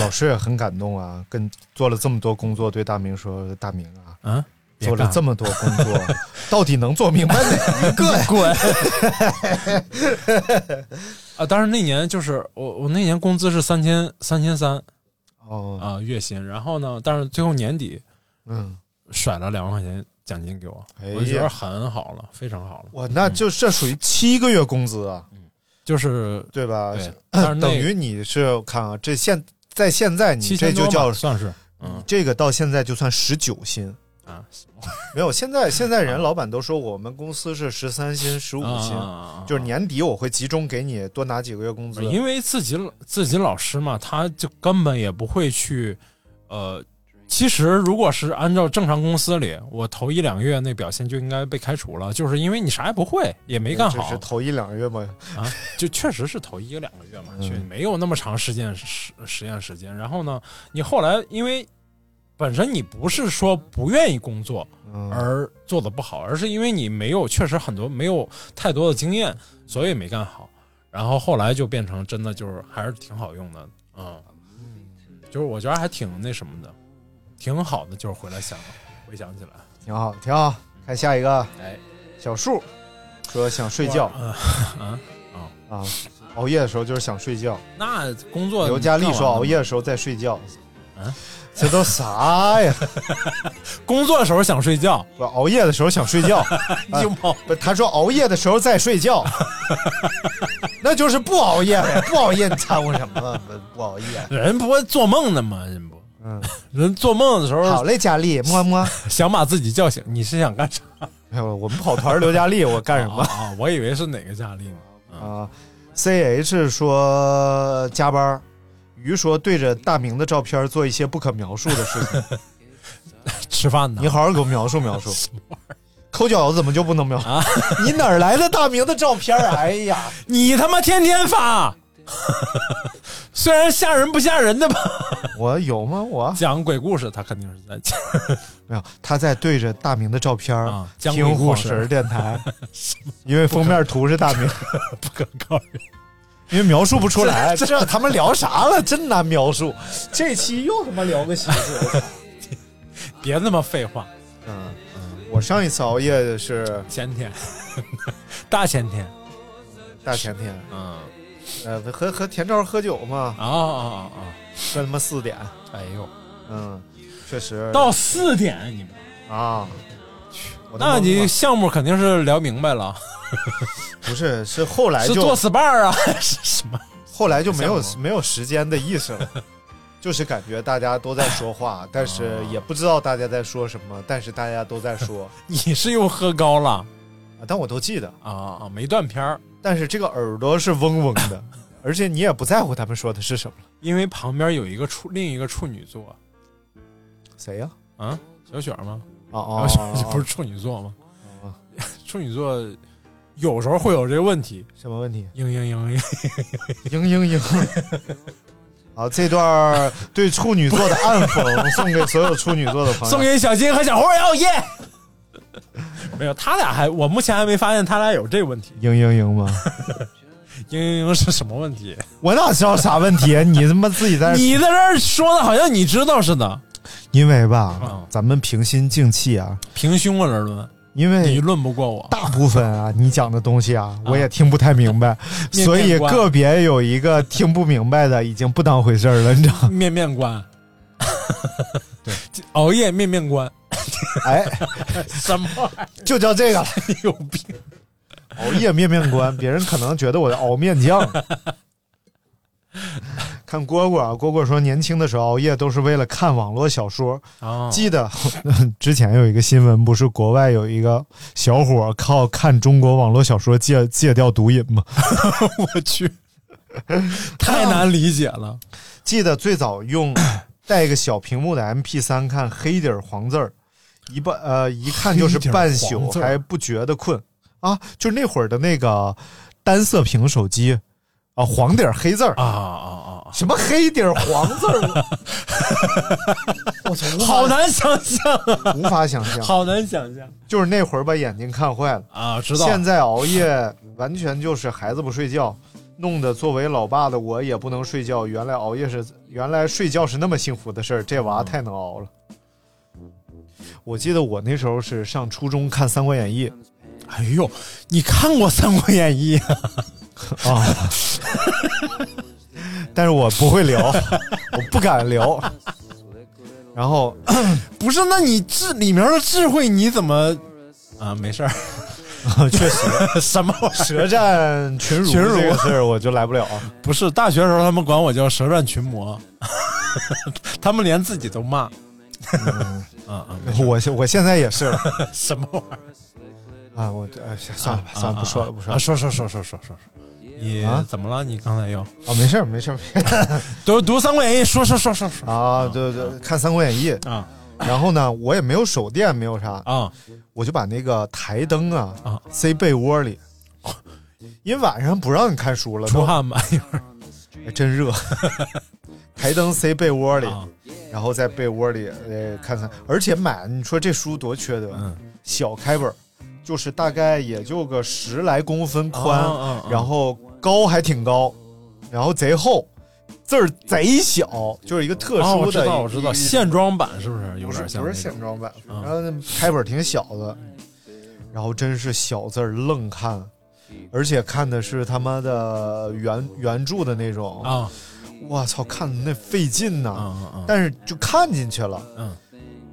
老师也很感动啊，跟做了这么多工作，对大明说：“大明啊，
嗯，
做了这么多工
[laughs]
作，到底能做明白哪一个呀？
滚啊！当然那年就是我我那年工资是三千三千三
哦，
啊月薪，然后呢，但是最后年底
嗯，
甩了两万块钱奖金给我，
哎
我就觉得
呀，
很好了，非常好了，
我那就这属于七个月工资啊，
就是
对吧？
嗯对，但是那
啊等于你是看啊，这现在现在你
七
这
千多
就
吧
叫
算是嗯
这个到现在就算十九薪。
啊
没有，现在现在人老板都说我们公司是十三薪、十五薪，
啊
就是年底我会集中给你多拿几个月工资。
因为自己自己老师嘛，他就根本也不会去，呃，其实如果是按照正常公司里，我头一两个月那表现就应该被开除了，就是因为你啥也不会，也没干
只
好
是，头一两个月嘛，
就确实是头一个两个月嘛，
嗯
就没有那么长时间实实验时间。然后呢，你后来因为本身你不是说不愿意工作，
嗯，
而做的不好，而是因为你没有确实很多没有太多的经验，所以没干好。然后后来就变成真的就是还是挺好用的，嗯，就是我觉得还挺那什么的，挺好的。就是回来想回想起来，
挺好，挺好。看下一个，
哎，
小树说想睡觉
嗯 [laughs] 啊，
啊，熬夜的时候就是想睡觉。
那工作
刘佳丽说啊熬夜
干完了
的时候在睡觉，
嗯
这都啥呀？
吗，工作的时候想睡 [laughs] 觉，
不熬夜的时候想睡觉，哎
有毛
不，他说熬夜的时候在
[laughs]
睡觉，那就是不熬夜呗，不熬夜你掺和什么？不不熬夜。
人不会做梦的吗？人不，
嗯，
[laughs] 人做梦的时
好
候
嘞，佳丽，么么。 [laughs]
想把自己叫醒，你是想干啥？
哎呦，我们跑团儿刘佳丽，我干什
啊
么
啊？我以为是哪个佳丽呢？
啊？C H 说加班儿，鱼说对着大明的照片儿做一些不可描述的事情。 [laughs]
吃饭呢
你？好好给我描述描述。抠脚怎么就不能描述？
啊
[laughs] 你哪儿来的大明的照片 [laughs] 儿？哎呀，
你他妈天天发， [laughs] 虽然吓人不吓人的吧？
我有吗？我
讲鬼故事，他肯定是在讲。
没有。他在对着大明的照片儿
啊讲鬼
听
故
晃
事
神儿电 [laughs] 台，因为封面图是大明，
不可告人。
因为描述不出来。这他们聊啥了？真难描述。这期又他妈聊个习俗。 [laughs] 我操
[laughs] 别那么废话。
嗯，我上一次熬夜是
前天， [laughs] 大前天，
大前天，
嗯啊
呃，和和田超喝酒嘛，
啊啊啊！
喝他妈四点，
哎呦，
嗯，确实
到四点你们，
啊，去我都
那
懵
你
了
项目肯定是聊明白了，
不是是后来
是
就
做 SPA 啊， [laughs] 是什么？
后来就没有
项
没有时间的意识
[laughs]
了。就是感觉大家都在说话，但
啊
是也不知道大家在说什么，但是大家都
[laughs]
在说，
你是又喝高了
啊但我都记得。
啊啊？没断片儿，
但是这个耳朵是嗡嗡
[laughs]
的，而且你也不在乎他们说的是什么了。
因为旁边有一个处，另一个处女座
谁呀、
啊，小雪儿吗？
啊？啊
然
啊
后
啊！
[laughs] 不是处女座吗
啊？
[laughs] 处女座有时候会有这个问题，
什么问题？
嘤嘤嘤嘤， [laughs]
嘤嘤嘤。 [laughs] 好，这段儿对处女座的暗讽送给所有处女座的朋友。
送给小金和小花儿，哦耶！ [laughs] 没有，他俩还我目前还没发现他俩有这问题。
嘤嘤嘤吗？
嘤嘤嘤是什么问题？
我哪知道啥问题？啊你他妈自己在。
你在这儿说的好像你知道似的，
因为吧，
嗯
咱们平心静气啊，
平胸啊，伦伦，
因
你
为
论不过我。
大部分啊，你讲的东西啊，我也听不太明白，
面
所以
面观
个别有一个听不明白的，已经不当回事儿了，你知道
[laughs]
吗？
面面观，对， [laughs] 熬夜面面观，
哎，
什么 [laughs] 玩意
就叫这个了。
儿有病？
熬夜面面观，别人可能觉得我在熬面酱。看蝈蝈啊，蝈蝈说年轻的时候熬夜都是为了看网络小说。
啊
记得 [laughs] 之前有一个新闻，不是国外有一个小伙靠看中国网络小说戒戒掉毒瘾吗？
我去， [laughs] 太难理解了。
记得最
[coughs]
早用带一个小屏幕的 MP 3看黑底儿黄字儿，一半呃一看就是半
黑底儿
宿
黄字儿
还不觉得困啊，就是那会儿的那个单色屏手机啊，黄底儿黑字儿
啊啊啊！
什么黑底儿黄字
[laughs]
儿，我操，无法
好难想象啊，
无法想象，
好难想象
就是那会儿把眼睛看坏了。
啊！知道
现在熬夜完全就是孩子不睡觉，弄得作为老爸的我也不能睡觉。原来熬夜是，原来睡觉是那么幸福的事儿，这娃太能熬了。我记得我那时候是上初中看《三国
[laughs]
演义
哎呦，你看过《三国演义》 [laughs] 啊？》
啊，但是我不会聊，我不敢聊。然后
不是，那你智里面的智慧你怎么啊？没事儿， [laughs] 确实 [laughs] 什么玩意儿
舌战群儒
群儒
这个事儿我就来不了。
不是大学时候他们管我叫舌战群魔， [laughs] 他们连自己都骂。啊啊！
嗯我现我现在也是了
什么玩意儿？
啊，我这哎算了吧，算了，不说了，不说
啊
了。
说说说说说说说，你
啊
怎么了？你刚才又
啊，没事儿，没事儿。没事儿
读读《三国演义》，说说说说说
[laughs] 啊，对对，看《三国演 [laughs] 义》。
啊
然后呢，我也没有手电，没有啥，
啊！
我就把那个台灯啊哦
啊
塞被窝里，因为晚上不让你看书了，
出 [laughs]
都
汗吧，一会儿
哎真热。 [laughs] 台灯塞被窝里
啊，
然后在被窝里呃看看，而且买你说这书多缺德，啊
嗯
小开本儿，就是大概也就个十来公分宽，
啊啊啊
然后高还挺高，然后贼厚，字儿贼小，就是一个特
哦，我
殊
知
的一个、
道，我知道，
一个
线装版是不是有
不是
点像
不
那
是
种？
线装版，
嗯
然后那开本挺小的，然后真是小字儿愣看，而且看的是他妈的原原著的那种，
啊
我操，看的那费劲呐、
啊啊啊！
但是就看进去了，
嗯，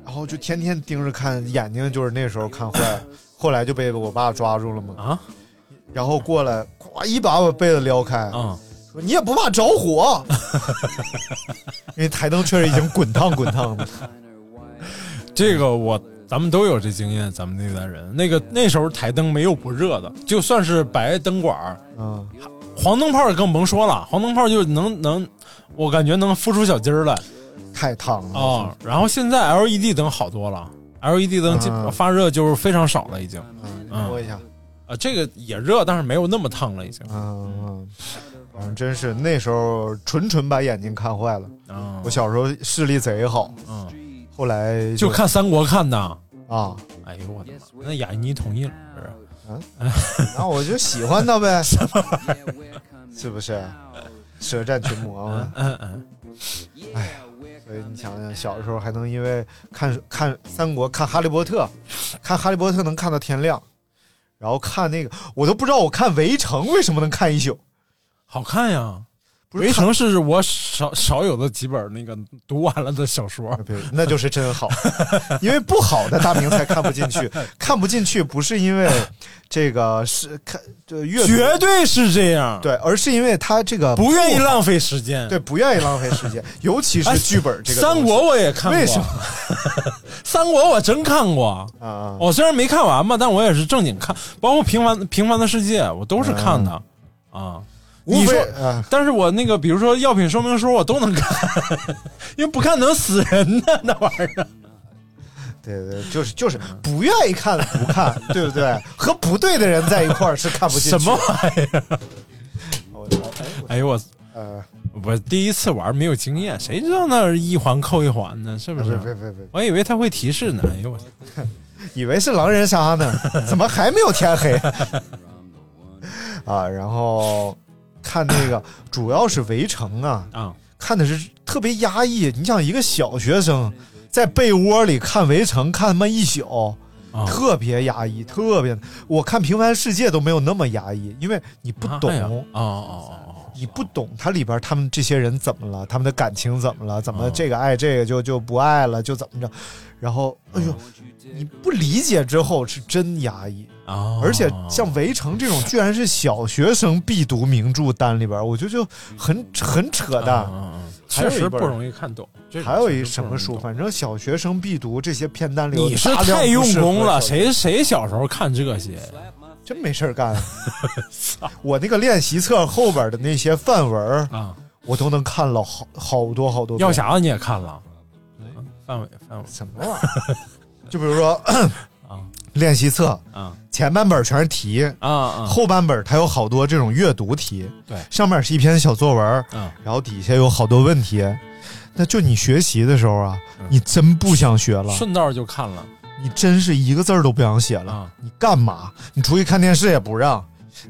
然后就天天盯着看，眼睛就是那时候看坏
[coughs]
了，后来就被我爸抓住了嘛，
啊
然后过来咵一把把被子撩开，
啊！
说你也不怕着火，因为台灯确实已经滚烫滚
[laughs]
烫的，
这个我咱们都有这经验，咱们那代人，那个那时候台灯没有不热的，就算是白灯管儿，
嗯，
黄灯泡更甭说了，黄灯泡就能能，我感觉能孵出小鸡儿来
太烫了。
啊、然后现在 LED 灯好多了，LED 灯基
嗯
发热就是非常少了，已经啊、
嗯，摸一下，
这个也热，但是没有那么烫了，已经。
嗯，反正真是那时候纯纯把眼睛看坏了。
啊
我小时候视力贼好，
嗯，
后来
就看三国看的。
啊，
哎呦我的妈！那雅尼同意了，是不是
然后我就喜欢他呗，是不是？舌战群魔嘛。
嗯嗯，
所以你想想，小时候还能因为看看三国、看哈利波特、看哈利波特能看到天亮，然后看那个我都不知道我看围城为什么能看一宿，
好看呀。
不是
围
看
城是我少少有的几本那个读完了的小说
啊，对，那就是真好，因为不好的大明才看不进去，看不进去不是因为这个是看这阅读
绝对是这样，，
对，而是因为他这个
不愿意
好
浪费时间。
对不愿意浪费时间，尤其
哎
是剧本这个东西
三国我也看过，
为什么
三国我真看过，
啊啊
我虽然没看完吧，但我也是正经看，包括平凡平凡的世界，我都是看的啊。
无
你
非
说，
啊
但是我那个比如说药品说明书，我都能看，因为不看能死人的那玩意儿。
对对，就是就是
嗯
不愿意看的不看，对不对？和不对的人在一块儿是看不进去
什么玩意儿？
我
哎呦我，
呃，
我第一次玩没有经验，谁知道那儿一环扣一环呢？是不
别
是？
别别别，
我以为他会提示呢。哎呦我，
以为是狼人杀呢，怎么还没有天黑？ [laughs] 啊，然后看那个，主要是《围城》啊，
啊，
看的是特别压抑。你想，一个小学生在被窝里看《围城》，看他妈一宿，
啊
特别压抑，特别。我看《平凡世界》都没有那么压抑，因为你不懂，
哎呀哦哦哦哦，
你不懂它里边他们这些人怎么了，他们的感情怎么了，怎
嗯
么这个爱这个就就不爱了，就怎么着，然后哎呦，你不理解之后是真压抑，
嗯哦
而且像《围城》这种居然是小学生必读名著单里边，我觉得就很很扯淡。
嗯嗯
还有
确
一
实
本
不容易看懂。这种
还有一
确实
什
不
么
容易
书，
懂
反正小学生必读这些片单里有
你是
大量
太
不
用
适合
功了，
小学
谁谁小时候看这些？
真没事儿干？我那个练习册后边的那些范文儿，
啊，
我都能看了好好多好多遍。
药匣子你也看了？嗯范伟，范伟
什么玩意儿？ [laughs] 就比如说
啊
练习册，
啊
前半本全是题，
啊啊！
后半本它有好多这种阅读题。
对
上面是一篇小作文，
啊
然后底下有好多问题。那就你学习的时候啊，
嗯
你真不想学了，
顺道就看了
你真是一个字儿都不想写了。
啊
你干嘛？你出去看电视也不让，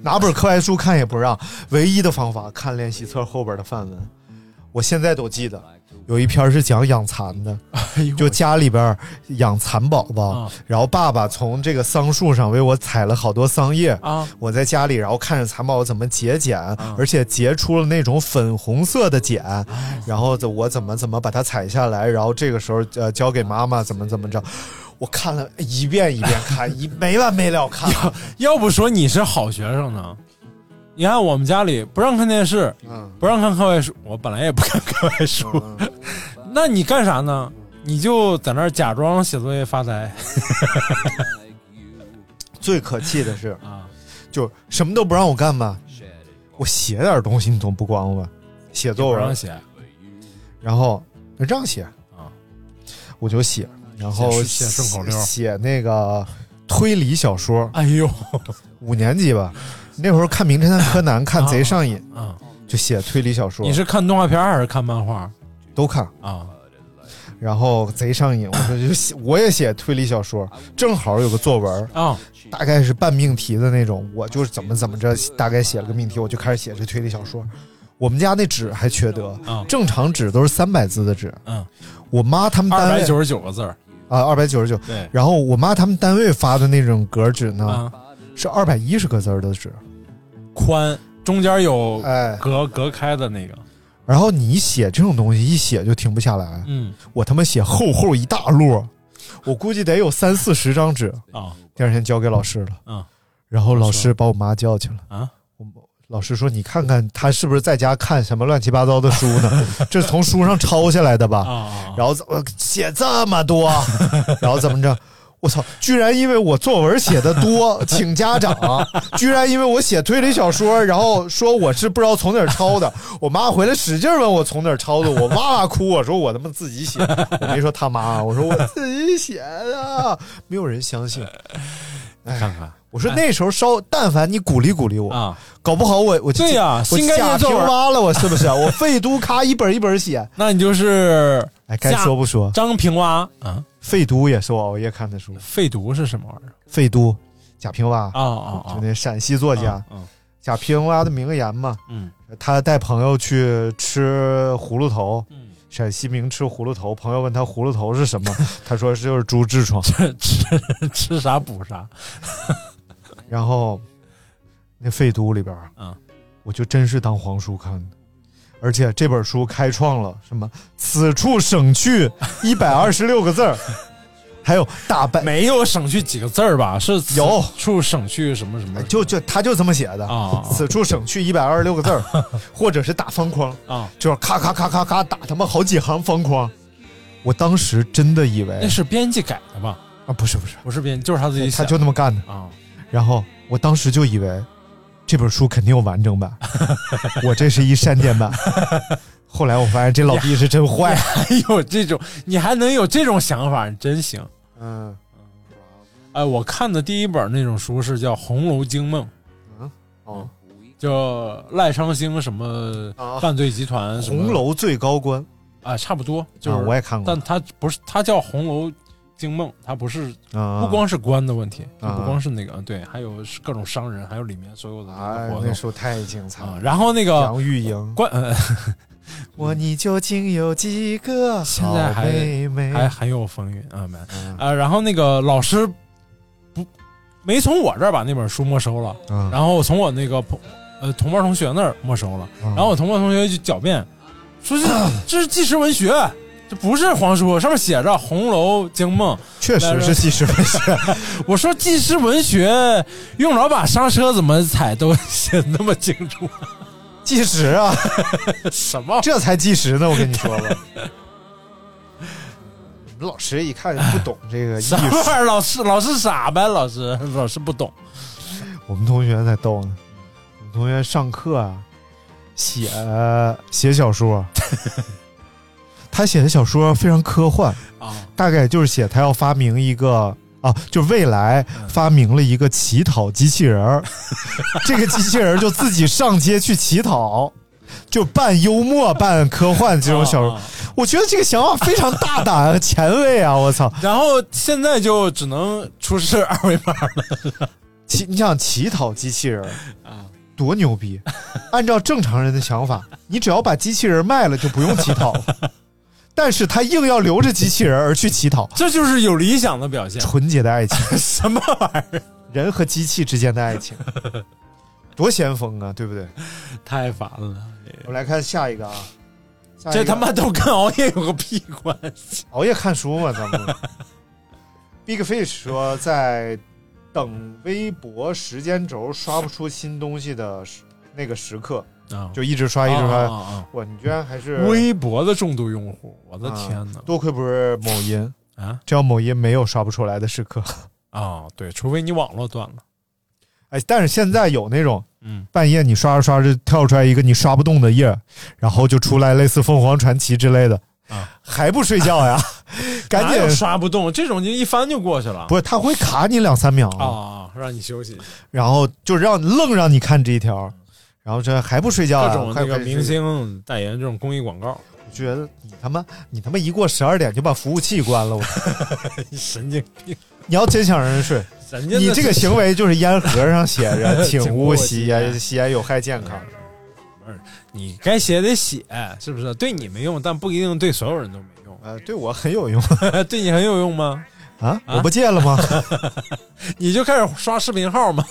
拿本课外书看也不让，唯一的方法看练习册后边的范文。我现在都记得，有一篇是讲养蚕的，就家里边养蚕宝宝
哎啊，
然后爸爸从这个桑树上为我采了好多桑叶
啊
我在家里，然后看着蚕宝宝怎么结茧，而且结出了那种粉红色的茧，
啊
然后我怎么怎么把它采下来，然后这个时候呃交给妈妈怎么怎么着。我看了哎一遍一遍看，一没完没了看。
[laughs] 要不说你是好学生呢？你看我们家里不让看电视，
嗯
不让看课外书，我本来也不看课外书， [laughs] 那你干啥呢？你就在那儿假装写作业发呆，
最可气的是，
啊
就什么都不让我干嘛，我写点东西你总不管我吧，写作
不让
文，
写
然后让写
啊，
我就写，然后
写写顺口溜
写那个推理小说，
哎呦，
五年级吧，那会儿看《名侦探柯南》看贼上瘾，
啊，
就写推理小说
你，是看动画片还是看漫画
都看，
啊？
然后贼上瘾，我说就写，我也写推理小说，正好有个作文，
啊，
大概是半命题的那种，我就是怎么怎么着，大概写了个命题，我就开始写这推理小说。我们家那纸还缺德
啊，
正常纸都是三百字的纸。
嗯，
我妈他们
二
单
百
位
九十九个字儿，
啊，二百九十九。
对
然后我妈他们单位发的那种格纸呢，
啊，
是二百一十个字儿的纸。
宽，中间有
哎，
隔隔开的那个，
然后你写这种东西，一写就停不下来。
嗯
我他妈写厚厚一大摞，我估计得有三四十张纸。
啊
第二天交给老师了。
啊
然后老师把我妈叫去了。
啊，
我老师说：“你看看他是不是在家看什么乱七八糟的书
[laughs]
呢？这是从书上抄下来的吧？”
啊啊，
然后怎么写这么多？然后怎么着？我操！居然因为我作文写的
[laughs]
多，请家长；居然因为我写推理小说，然后说我是不知道从哪儿抄的。我妈回来使劲问我从哪儿抄的，我哇哇哭。我说我他妈自己写，我没说他妈啊，我说我自己写的，没有人相信。
看看
我说那时候稍，但凡你鼓励鼓励我，
啊，
搞不好我我
对呀
我
新概念
下
作
平
文
挖了，我是不是？ [laughs] 我废都咔一本一本写。
那你就是
哎，该
下
说不说，
张平蛙啊，
废都也是我熬夜看的书。
废读是什么玩意儿？
废都，贾平凹，
啊啊啊
就！那陕西作家
啊
贾平凹的名言嘛，
嗯
他带朋友去吃葫芦头，
嗯，
陕西名吃葫芦头。朋友问他葫芦头是什么， [laughs] 他说就是猪痔疮。
吃 [laughs] 吃吃啥补啥，
然后那废都里边儿，
嗯
我就真是当黄书看的。而且这本书开创了什么？此处
[laughs]
省去一百二十六个字儿，还有大白，
没有省去几个字儿吧？是此
哎有哎
处省去什么什么
就就他就这么写的
啊
此处省去一百二十六个
[laughs]
字儿，或者是打方框，
啊？
就是咔咔咔咔咔打他妈好几行方框。我当时真的以为
那是编辑改的吧？
啊，不是不是，
不是编，就是他自己写
他
的。
就那么干的。
啊 [laughs]
然后我当时就以为这本书肯定有完
[laughs]
整版，我这是一删减版。后来我发现这老弟是真坏，
哎呦，这种你还能有这种想法，你真行！
嗯，
哎，我看的第一本那种书是叫《红楼惊梦》，
哦，
叫赖昌星什么
啊
犯罪集团什么
红楼最高官
啊，差不多就
啊
是，
我也看过
但它不是，它叫《红楼惊梦》，它不是
啊，
不光是官的问题，就
啊
不光是那个对，还有是各种商人，还有里面所有的那
哎
个活
那
动
时候太精彩
啊
了。。
然后那个
杨钰莹，
官呃
我你究竟有几个
现在
好
还
妹妹？
还还有风云啊没
哎嗯
啊，然后那个老师不没从我这儿把那本书没收了，
啊
然后从我那个朋呃同班同学那儿没收了，
嗯
然后我同班同学就狡辩说
[coughs]
这这是纪实文学。这不是黄书，上面写着《红楼惊梦》。
确实是纪实文
[laughs]
学，
我说纪实文学用老把刹车怎么踩都写得那么清楚，
纪实
[laughs]
啊，
什么
这才纪实呢，我跟你
[laughs]
说吧。我们老师
[laughs]
一看就不懂这个艺
什
术
么，玩意儿？老师老师傻呗？老师老师不懂
我们同学才逗呢。我们同学上课啊，写写小说， [laughs] 他写的小说非常科幻，
啊
大概就是写他要发明一个啊，就未来发明了一个乞讨机器
[laughs]
人儿，这个机器人儿就自己上街去乞讨，就半幽默半科幻这种小说。
啊
我觉得这个想法非常大胆和前卫啊！我操，
然后现在就只能出示二维码了
乞你想乞讨机器人啊，多牛逼！按照正常人的想法，你只要把机器人卖了就不用乞讨了，但是他硬要留着机器人而去乞讨，
这就是有理想的表现。
纯洁的爱情，
什么玩意儿？
人和机器之间的爱情，多先锋啊，对不对？
太烦了！
我们来看下一个啊，下一
这
个
他妈都跟熬夜有个屁关系！
熬夜看书嘛，咱们。Big Fish 说，在等微博时间轴刷不出新东西的时那个时刻，
啊，
就一直刷一直
啊
刷。
啊啊
哇，你居然还是
微博的重度用户，我的
啊
天哪！
多亏不是某音
啊！
这要某音没有刷不出来的时刻。 [laughs]
啊，对，除非你网络断了。
哎，但是现在有那种
嗯，
半夜你刷着刷着跳出来一个你刷不动的页，然后就出来类似凤凰传奇之类的，
啊
还不睡
[laughs]
觉呀？赶
哪有
紧！
刷不动，这种就一翻就过去了。
不是，它会卡你两三秒
啊，让你休息。
然后就让愣让你看这一条，然后这还不睡
嗯
觉、
各
啊，
种
快
那
快
个
睡
明，星代言这种公益广告，
我觉得你他妈你他妈一过十二点就把服务器关了，我 [laughs]
神经病！
你要真想让人睡，
人家
你
那
这个行为就是烟盒上写
[laughs]
着“请勿
勿
吸
吸
烟，
烟
吸烟有害健康
你该写得写，是不是？对你没用，但不一定对所有人都没”，用。 [laughs]
呃，对我很有用
对你很有用吗？
啊！我不戒了吗？
你就开始刷视频号嘛？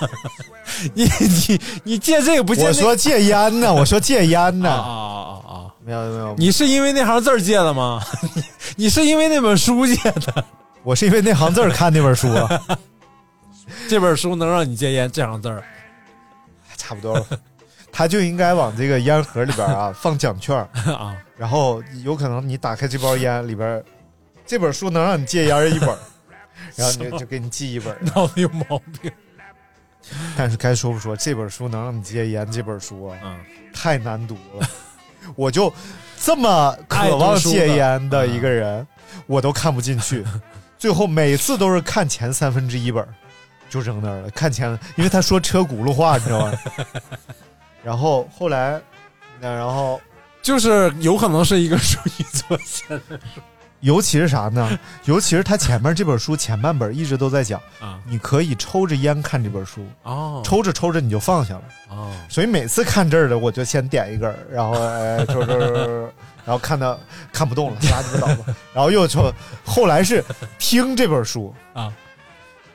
[laughs] 你你你借这 [laughs] 个不借
我
那
说
个
戒烟呢，我说戒烟
啊
呢，
啊啊啊！
[laughs] 没有没有，
你是因为那行字儿借的吗？ [laughs] 你你是因为那本书借的？ [laughs]
我是因为那行字儿看那本书啊，
这本书能让你戒烟？这行字 [laughs] 儿
差不多了。他就应该往这个烟盒里边啊放奖券儿，
[laughs] 啊，
然后有可能你打开这包烟里边儿，这本书能让你戒烟儿一
[laughs]
本儿，然后你就就给你寄一本儿。
脑子有毛病。
但是该说不说，这本书能让你戒烟，这本书啊
嗯，
太难读了。 [laughs] 我就这么渴望戒烟的一个人，我都看不
[laughs]
进去。最后每次都是看前三分之一本儿，就扔那儿了。看前，因为他说车轱辘话，你知道
[laughs]
吗？然后后来，那然后
就是有可能是一个属于作家
尤其是
[laughs]
啥呢？尤其是他前面这本书前半本一直都在讲，
啊
你可以抽着烟看这本书，
[laughs] 哦
抽着抽着你就放下了。
哦
所以每次看这儿的，我就先点一根儿，然后
[laughs]
哎抽抽抽抽，抽然后看到看不动了，拉鸡巴倒吧，然后又抽。后来是听这本书
啊，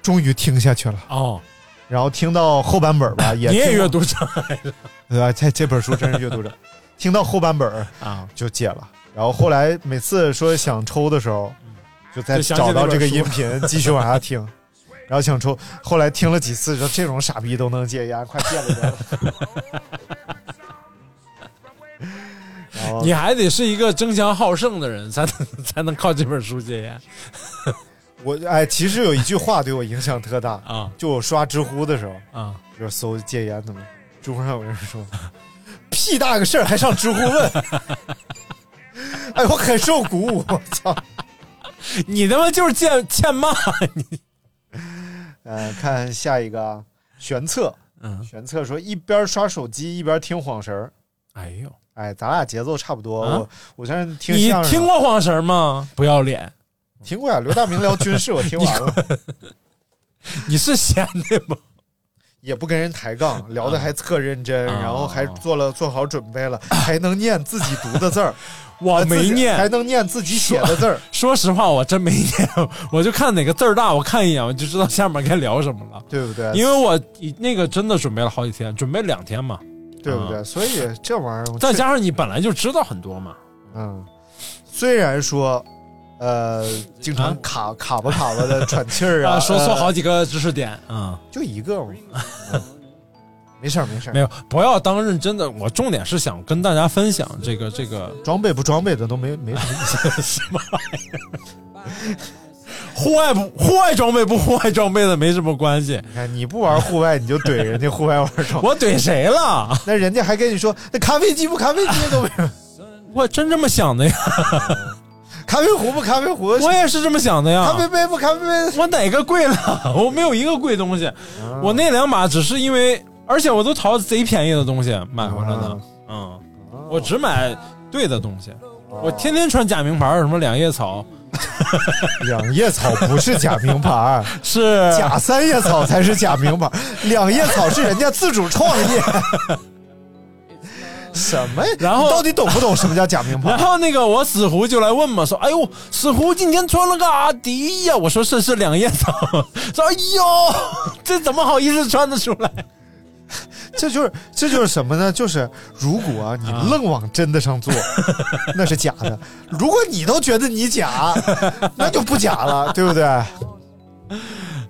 终于听下去了，
哦，
然后听到后半本儿吧，也
啊你也
听
阅读者
[laughs] 对吧？这这本书真是阅
[laughs]
读者，听到后半本儿
啊？
就戒了。然后后来每次说想抽的时候，就
嗯
再
就想起
找到这个
那
音
本 [laughs]
频继续往下听，然后想抽。后来听了几次，说这种傻逼都能戒烟，快戒了得了。然后
你还得是一个争强好胜的人，才能才能靠这本书戒烟
我哎，其实有一句话对我影响特大，
啊
就我刷知乎的时候，
啊！
就是搜戒烟怎么，知乎上有人说，屁大个事儿还上知乎问， [laughs] 哎，我很受鼓舞，我操。
你他妈就是欠欠骂，
呃，看下一个啊，玄策，
嗯，
玄策说一边刷手机一边听晃神儿。
哎呦，
哎，咱俩节奏差不多。
啊
我我虽然听
你
相声
听过晃神吗？不要脸，
听过呀，刘大明聊军
[laughs]
事，我听完了，
你是闲的吗？
也不跟人抬杠，聊的还特认真，
啊
然后还做了做好准备了，还能念自己读的字儿，
[laughs] 我
自
没
己还
念，
能念自己写的字
[laughs]
儿。
说实话，我真没念， [laughs] 我就看哪个字儿大，我看一眼我就知道下面该聊什么了。
对不对？
因为我那个真的准备了好几天，准备两天嘛，
对不
啊
对？所以这玩意儿，
再加上你本来就知道很多嘛，
嗯，虽然说，呃，经
啊
常卡、卡吧卡吧的喘气儿
啊，
啊，
说错
呃
好几个知识点啊、
就一个嘛，嗯没事儿没事儿，
没有，不要当认真的。我重点是想跟大家分享这个这个 [laughs]
装备不装备的都没没什么意思。
什么玩意 [laughs] 儿，户外不户外装备不户外装备的没什么关系。
你看你不玩户外，你就怼人家户外玩装备，
[laughs] 我怼谁了？
那人家还跟你说那咖啡机不咖啡机都没有，
我真这么想的呀，
咖啡壶不咖啡壶，
我也是这么想的呀
咖。啡杯不咖啡杯。
我哪个贵了？ [laughs] 我没有一个贵东西，我那两把只是因为，而且我都淘贼便宜的东西买回来的。嗯，我只买对的东西。我天天穿假名牌儿，什么两叶草，
[laughs] 两叶草不是假名牌儿，
是
假三叶草才是假名牌 [laughs] 儿，两叶草是人家自主创业。什么呀？
然后
你到底懂不懂什么叫假名牌
然
儿？
后那个我死胡就来问嘛，说：“哎呦，死胡今天穿了个阿迪呀！”我说：“是是两叶草。”说：“哎呦，这怎么好意思穿得出来
这就是这就是什么呢？就是如果啊，你愣往真的 [laughs] 上做，那是假的；如果你都觉得你 [laughs] 假，那就不假了，对不对？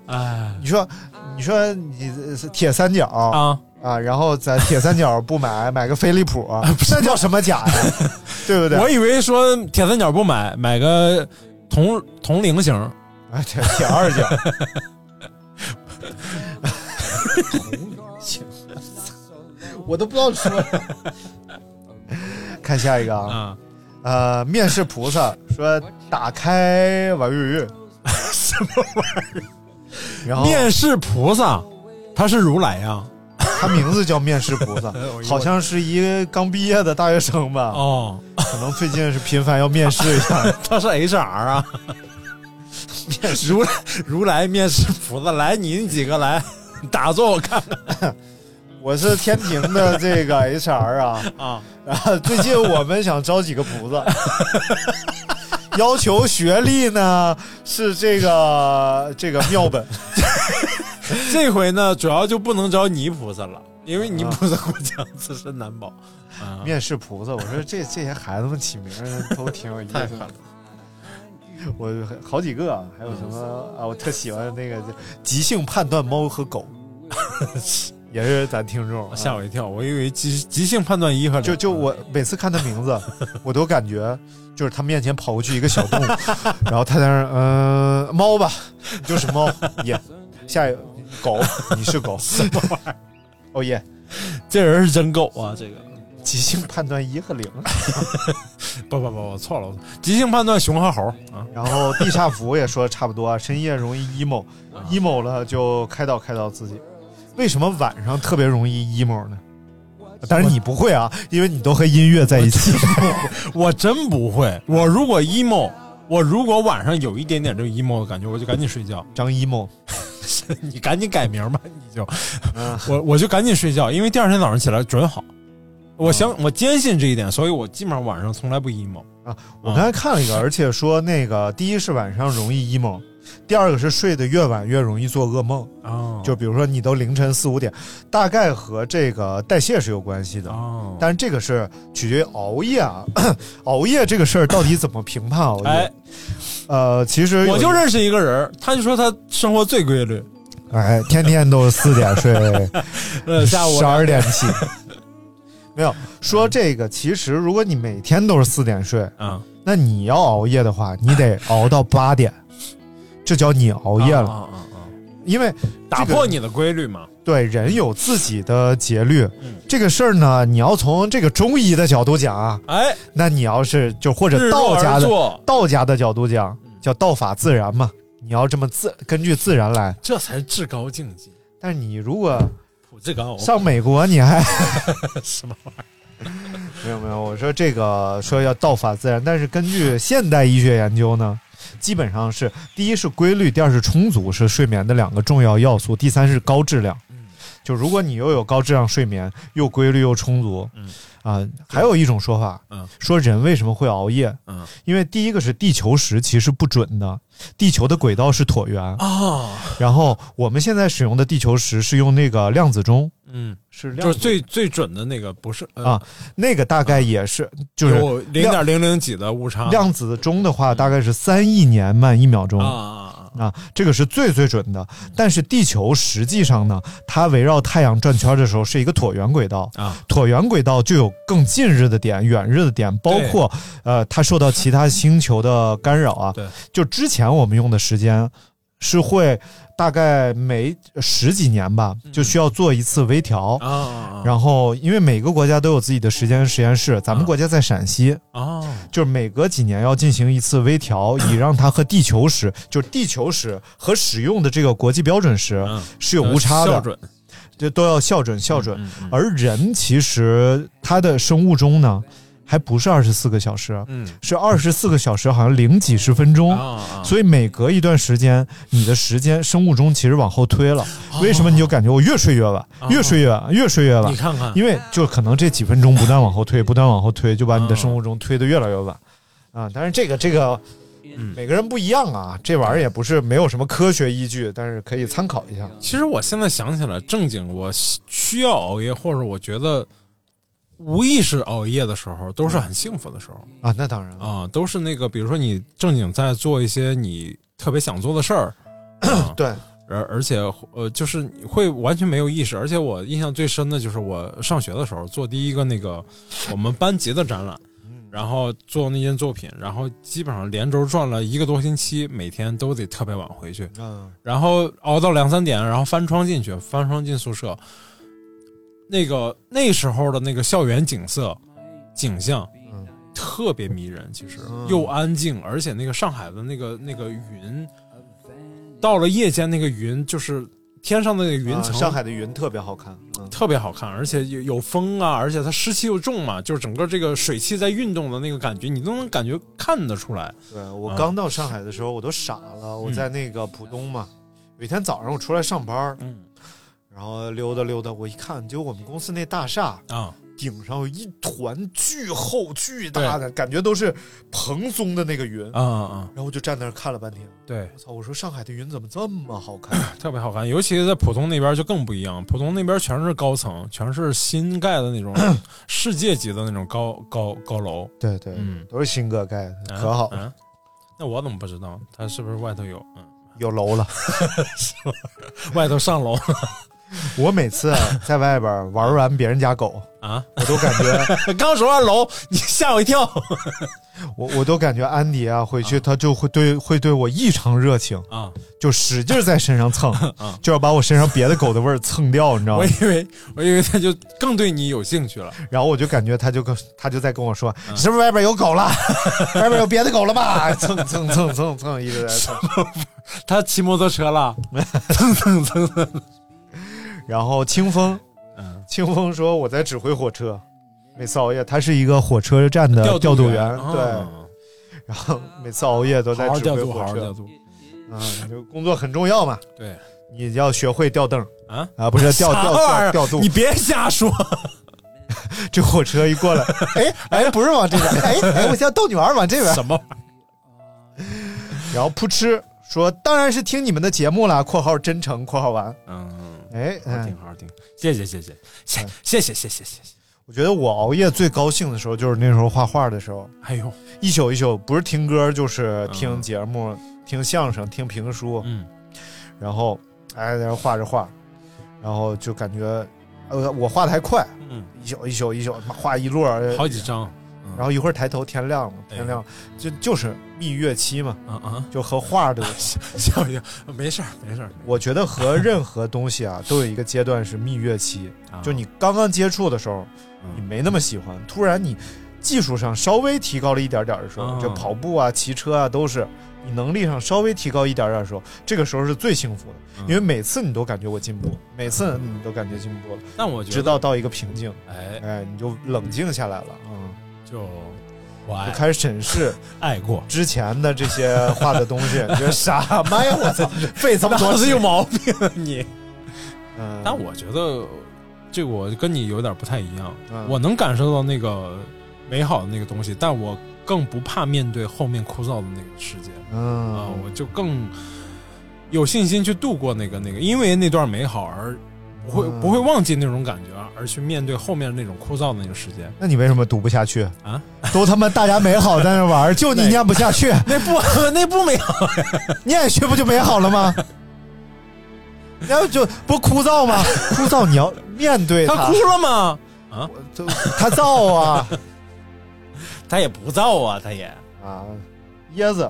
哎，你说，你说你铁三角啊
啊
然后咱铁三角不 [laughs] 买，买个飞利浦，那叫什么假 [laughs] 呀？对不？”对？
我以为说铁三角不买，买个铜铜铃型儿
啊，铁铁二角，
我都不知道说
看下一个啊，
啊，
呃，面试菩萨说打开网易云，什么玩意儿？然后
面世菩萨，他是如来呀、
他名字叫面试菩萨，好像是一个刚毕业的大学生吧，
哦，
可能最近是频繁要面试一下。
[laughs] 他是 HR 啊。 [laughs] 如来如来面试菩萨，来你几个来打坐我
[laughs]
看看
我是天庭的这个 HR 啊，
啊！
然后最近我们想招几个菩萨， [laughs] 要求学历呢是这个这个庙本，
这回呢，主要就不能招泥菩萨了，因为泥菩萨过江自身难
[laughs]
保。
啊面试菩萨。我说这这些孩子们起名儿都挺有意思的。我好几个啊，还有什么啊？我特喜欢那个即兴判断猫和狗， [laughs] 也是咱听众啊。
吓我一跳，我以为即即兴判断一和两
[laughs] 就就我每次看他名 [laughs] 字，我都感觉就是他面前跑过去一个小动物， [laughs] 然后他在那儿，嗯、猫吧，就是猫，耶、下一个狗，你是狗，什么玩意儿？哦耶，
这人是真狗啊！这个
即兴判断一和零，
不不不，我错了，我错了即兴判断熊和猴啊！
然后地煞符也说差不多啊，深夜容易 emo，emo 了就开导开导自己。为什么晚上特别容易 emo 呢？但是你不会啊，因为你都和音乐在一起。
我真不会，我如果 emo，我如果晚上有一点点这个 emo 的感觉，我就赶紧睡觉。 [laughs]
张 emo，
你赶紧改名吧，你就，我我就赶紧睡觉，因为第二天早上起来准好。我相我坚信这一点，所以我基本上晚上从来不 emo。
啊，我
嗯
刚才看了一个，而且说那个第一是晚上容易 emo，第二个是睡得越晚越容易做噩梦。
哦
就比如说你都凌晨四五点，大概和这个代谢是有关系的。
哦，
但是这个是取决于熬夜啊， [coughs] 熬夜这个事儿到底怎么评判熬夜？
哎，
呃，其实有
我就认识一个人儿，他就说他生活最规 [laughs] 律，
哎，天天都四点睡，
[laughs] 呃，下午
十二点起。没有说这个，其实如果你每天都是四点睡，
啊，
那你要熬夜的话，
[laughs]
你得熬到八点，这叫你熬夜了。
啊啊啊啊
因为
打
这个
破你的规律嘛，
对人有自己的节律，
嗯
这个事儿呢，你要从这个中医的角度讲啊，
哎，
那你要是就或者
日落
道家
而
的
作，嗯
道家的角度讲，叫道法自然嘛，你要这么自根据自然来。
这才是至高境界，
但是你如果
普至高
上美国，你还
哦 [laughs] 什么玩意
没有没有，我说这个说要道法自然，但是根据现代医学研究呢，基本上是第一是规律，第二是充足，是睡眠的两个重要要素，第三是高质量。
嗯
就如果你又有高质量睡眠，又规律又充足，
嗯
啊、还有一种说法，
嗯
说人为什么会熬夜？
嗯
因为第一个是地球时其实不准的，地球的轨道是椭圆，
啊？
然后我们现在使用的地球时是用那个量子钟，
嗯，
是
就是最最准的那个，不是呃
啊，那个大概也是、就是
有零点啊零零几的误差，
量子钟的话，大概是三亿年慢一秒钟
啊啊啊
啊，这个是最最准的。但是地球实际上呢，它围绕太阳转圈的时候是一个椭圆轨道，
啊啊，
椭圆轨道就有更近日的点、远日的点，包括呃，它受到其他星球的干扰啊
对。
就之前我们用的时间是会大概每十几年吧，就需要做一次微调。
嗯啊啊
然后，因为每个国家都有自己的时间实验室，咱们国家在陕西，
啊
就是每隔几年要进行一次微调，以让它和地球时，就是地球时和使用的这个国际标准时
嗯
是有误差
校
的，
准
这都要校准校准
嗯嗯嗯。
而人其实他的生物钟呢，还不是二十四个小时，
嗯
是二十四个小时，好像零几十分钟。
啊，
所以每隔一段时间，你的时间生物钟其实往后推了。为什么你就感觉我越睡越晚，越睡越晚，越睡越晚
哦你？看看，
因为就可能这几分钟不断往后推，不断往后推，就把你的生物钟推得越来越晚啊。但是这个这个，每个人不一样啊，这玩意儿也不是没有什么科学依据，但是可以参考一下。
其实我现在想起来，正经我需要熬夜，或者我觉得无意识熬夜的时候，都是很幸福的时候
啊，那当然了，
啊、都是那个，比如说你正经在做一些你特别想做的事
[clears throat]
儿，
对，
而而且呃，就是你会完全没有意识。而且我印象最深的就是我上学的时候做第一个那个我们班级的展览， [laughs] 然后做那件作品，然后基本上连轴转了一个多星期，每天都得特别晚回去，
嗯，
然后熬到两三点，然后翻窗进去，翻窗进宿舍。那个那时候的那个校园景色景象
嗯，
特别迷人，其实
嗯
又安静，而且那个上海的那个那个云，到了夜间那个云就是天上的那个云
啊
层，
上海的云特别好看，嗯
特别好看，而且有有风啊，而且它湿气又重嘛，就是整个这个水汽在运动的那个感觉，你都能感觉看得出来。
对我刚到上海的时候，我都傻了。我在那个浦东嘛，有一天早上我出来上班，
嗯
然后溜达溜达，我一看，就我们公司那大厦
啊，
顶上有一团巨厚巨大的，感觉都是蓬松的那个云。
啊啊啊，
然后我就站那儿看了半天，
对，
我操！我说上海的云怎么这么好看？啊
特别好看，尤其在浦东那边就更不一样，浦东那边全是高层，全是新盖的那
[clears throat]
种世界级的那种高高高楼，
对对
嗯
都是新哥盖的，
嗯
可好了，
嗯那我怎么不知道？他是不是外头有？嗯，
有楼了。
外头上楼 [laughs]
我每次啊在外边玩完别人家狗，
啊？
我都感觉
刚说完楼，你吓我一跳
我我都感觉安迪啊回去他就会对会对我异常热情。
啊！
就使劲儿在身上蹭，就要把我身上别的狗的味儿蹭掉，你知道
啊我
吗？
以为我以为他就更对你有兴趣了。
然后我就感觉它就跟它就在跟我
啊
说，是不是外边有狗了？ [laughs] 外边有别的狗了吧？ [laughs] 蹭蹭蹭蹭蹭，一直在蹭。
他骑摩托车了，蹭蹭蹭蹭。
然后清风，
嗯
清风说我在指挥火车，每次熬夜，他是一个火车站的呃调度员，对，
啊
然后每次熬夜都在
好好
指
调
挥
度，
火
好好调
车，
度。
嗯，就工作很重要嘛，
对
你要学会吊凳
啊
啊，不是吊
啥玩
吊
意
吊
儿
吊度
你，别瞎说。
这火车
[laughs]
一过来，哎哎，不是往这边，哎哎，我现在逗你玩儿，往这边，
什么玩意儿？
然后扑哧说，当然是听你们的节目啦（ [laughs] 括号真诚，括号完）。
嗯，
哎，
好好
嗯
听，好好听。谢谢，谢谢，谢谢谢谢谢谢谢谢。
我觉得我熬夜最高兴的时候就是那时候画画的时候，
哎呦，
一宿一宿，不是听歌就是听节目、听相声、听评书，
嗯
然后哎，在那画着画，然后就感觉，呃，我画的还快，
嗯，
一宿一宿一宿，妈画一摞儿，呃
好几哎张。嗯
然后一会儿抬头天亮了，天亮了，就就是蜜月期嘛，
啊啊，
就和
[laughs]
画的。
笑一笑，没事儿，没事儿。
我觉得和任何东西啊，都有一个阶段是蜜月期，
啊
就你刚刚接触的时候，
嗯
你没那么喜欢，突然你技术上稍微提高了一点点的时候，
嗯
就跑步啊、骑车啊都是，你能力上稍微提高一点点的时候，这个时候是最幸福的，
嗯
因为每次你都感觉我进步，每次你都感觉进步了，
但我觉
直
得，
到到一个瓶颈，
哎，
哎，你就冷静下来了，嗯，
就我
就
爱
开始审视
爱
[laughs]
过，
之前的这些画的东
[laughs]
西，你觉得啥妈呀，我操，费这么多
脑子
劲
有，毛病啊你。
嗯，
但我觉得这个我跟你有点不太一样，
嗯
我能感受到那个美好的那个东西，但我更不怕面对后面枯燥的那个时间啊、
嗯，
我就更有信心去度过那个那个，因为那段美好而不会、
嗯
不会忘记那种感觉，而去面对后面那种枯燥的那个时间。
那你为什么读不下去
啊？
都他妈大家美好在那玩儿，就你念不下去，
[laughs] 那不 [laughs] 那不美好，
念下去不就美好了 [laughs] 吗？然后就不枯燥吗？枯燥你要面对
他
它
哭，了吗？啊，
就它燥啊
他也不燥啊，他也。 [laughs]
啊，椰子，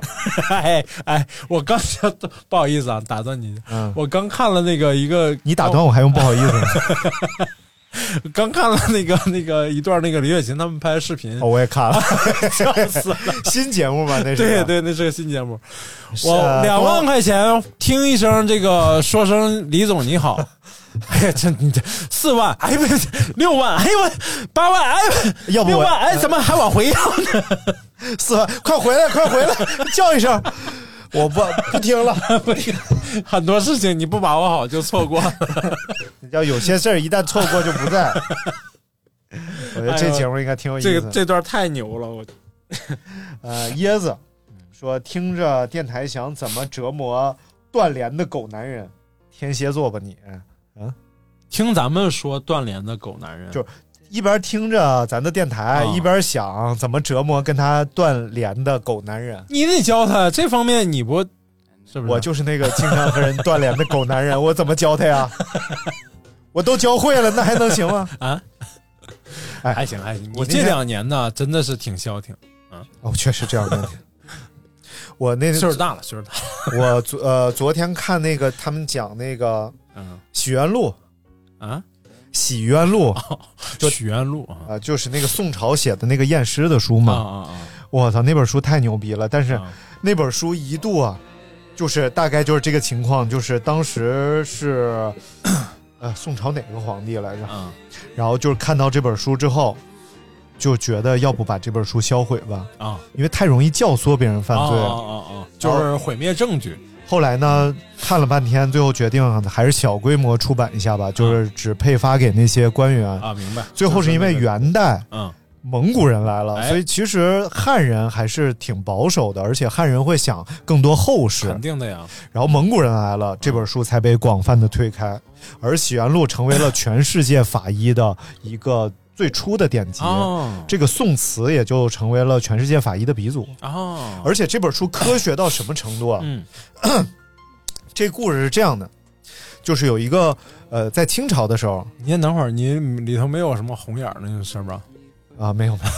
哎哎，我刚才不好意思啊，打断你。
嗯，
我刚看了那个一个，哦
你打断我还用不好意思吗？
刚看了那个那个一段那个李雪琴他们拍的视频
哦，， [laughs] 我也看了
笑死了。
新节目嘛，那是
对对，那是啊个新节目，
是
我
啊
两万
都 [laughs]
块钱听一声这个说声李总你好，哎呀，这你这四万，哎不是六万，哎呦我八万，哎
要不
六
我呃
万，哎怎么还往回要呢？ [laughs]
四万，快回来，快回来，叫一声，我不不听了。
不是很多事情你不把握好就错过了。
要有些事儿一旦错过就不在。我觉得这节目应该挺有意思
这
的。
个这段太牛了，我
呃，椰子说听着电台想怎么折磨断联的狗男人，天蝎座吧你，
听咱们说断联的狗男人，
就一边听着咱的电台，
啊
一边想怎么折磨跟他断联的狗男人。
你得教他这方面，你不是不是？
我就是那个经常和人断联的狗男人，我怎么教他呀？ [laughs] 我都教会了，那还能行吗？哎
还行还行，
我
你
那
这
天
两年呢真的是挺消停，
哦，确实这样的问题。 [laughs] 我那
岁数大了，岁数大了，
我昨呃昨天看那个他们讲那个
嗯
《洗冤录》，《
啊，
洗冤录》就
许愿录啊
啊，就是那个宋朝写的那个验尸的书
啊
嘛。
啊
我操，那本书太牛逼了！但
啊
是
啊！
那本书一度啊，就是大概就是这个情况，就是当时是呃宋朝哪个皇帝来着？
啊
然后就是看到这本书之后，就觉得要不把这本书销毁吧，
啊！
因为太容易教唆别人犯罪。
啊啊啊！就是毁灭证据
后来呢，看了半天，最后决定还是小规模出版一下吧，就是只配发给那些官员。
啊，明白？
最后是因为元代
嗯
蒙古人来了，
哎
所以其实汉人还是挺保守的，而且汉人会想更多后事。
肯定的呀，
然后蒙古人来了，这本书才被广泛的推开，而《洗冤录》成为了全世界法医的一个最初的典籍。
哦
这个宋词也就成为了全世界法医的鼻祖。
哦，
而且这本书科学到什么程度啊？
嗯
[clears throat] 这故事是这样的，就是有一个呃，在清朝的时候
您先等会儿，您里头没有什么红眼儿那种事儿吧？
啊，没有没有，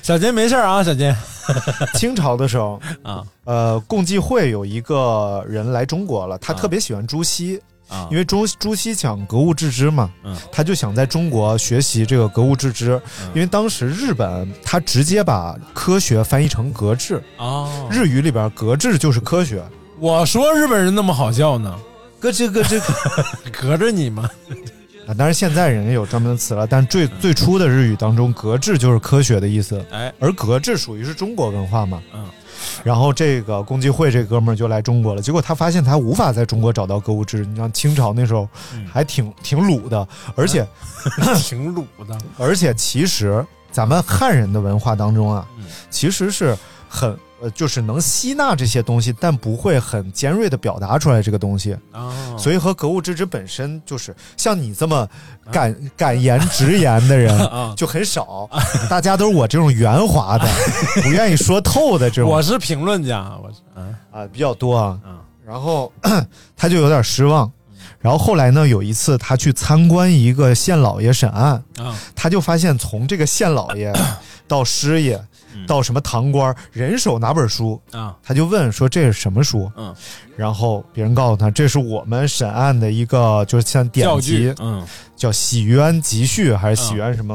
小金没事儿啊，小金
[laughs] 清朝的时候，
啊
呃，共济会有一个人来中国了，他特别喜欢朱熹，
啊，
因为朱朱熹讲格物致知嘛，
嗯
他就想在中国学习这个格物致知，
嗯
因为当时日本他直接把科学翻译成格致，
啊，
日语里边格致就是科学，
我说日本人那么好笑呢，
咯吱咯 [laughs] 吱。
隔着你 [coughs] 们
啊，当然现在人家有专门的词了，但
嗯
最最初的日语当中，格致就是科学的意思，
哎，
而格致属于是中国文化嘛。
嗯。
然后这个共济会这哥们儿就来中国了，结果他发现他无法在中国找到格物致知。你像清朝那时候
嗯
还挺挺鲁的，而且、
挺鲁的，
而且其实咱们汉人的文化当中啊，
嗯
其实是很呃就是能吸纳这些东西，但不会很尖锐的表达出来这个东西。
啊，
所以和格物致知本身就是像你这么敢、敢言直言的人
[laughs] 啊
就很少， [laughs] 大家都是我这种圆滑
[laughs]
的，不愿意说透的这种
我是评论家，我是嗯
啊比较多啊。
嗯
然后 [clears throat] 他就有点失望，然后后来呢，有一次他去参观一个县老爷审案，
啊
他就发现从这个县老
[coughs]
爷到师爷
嗯
到什么堂官，人手拿本书，
啊
他就问说这是什么书？
嗯，
然后别人告诉他这是我们审案的一个就是像典
教具
籍，
嗯
叫《洗冤集序》还是《洗冤什么》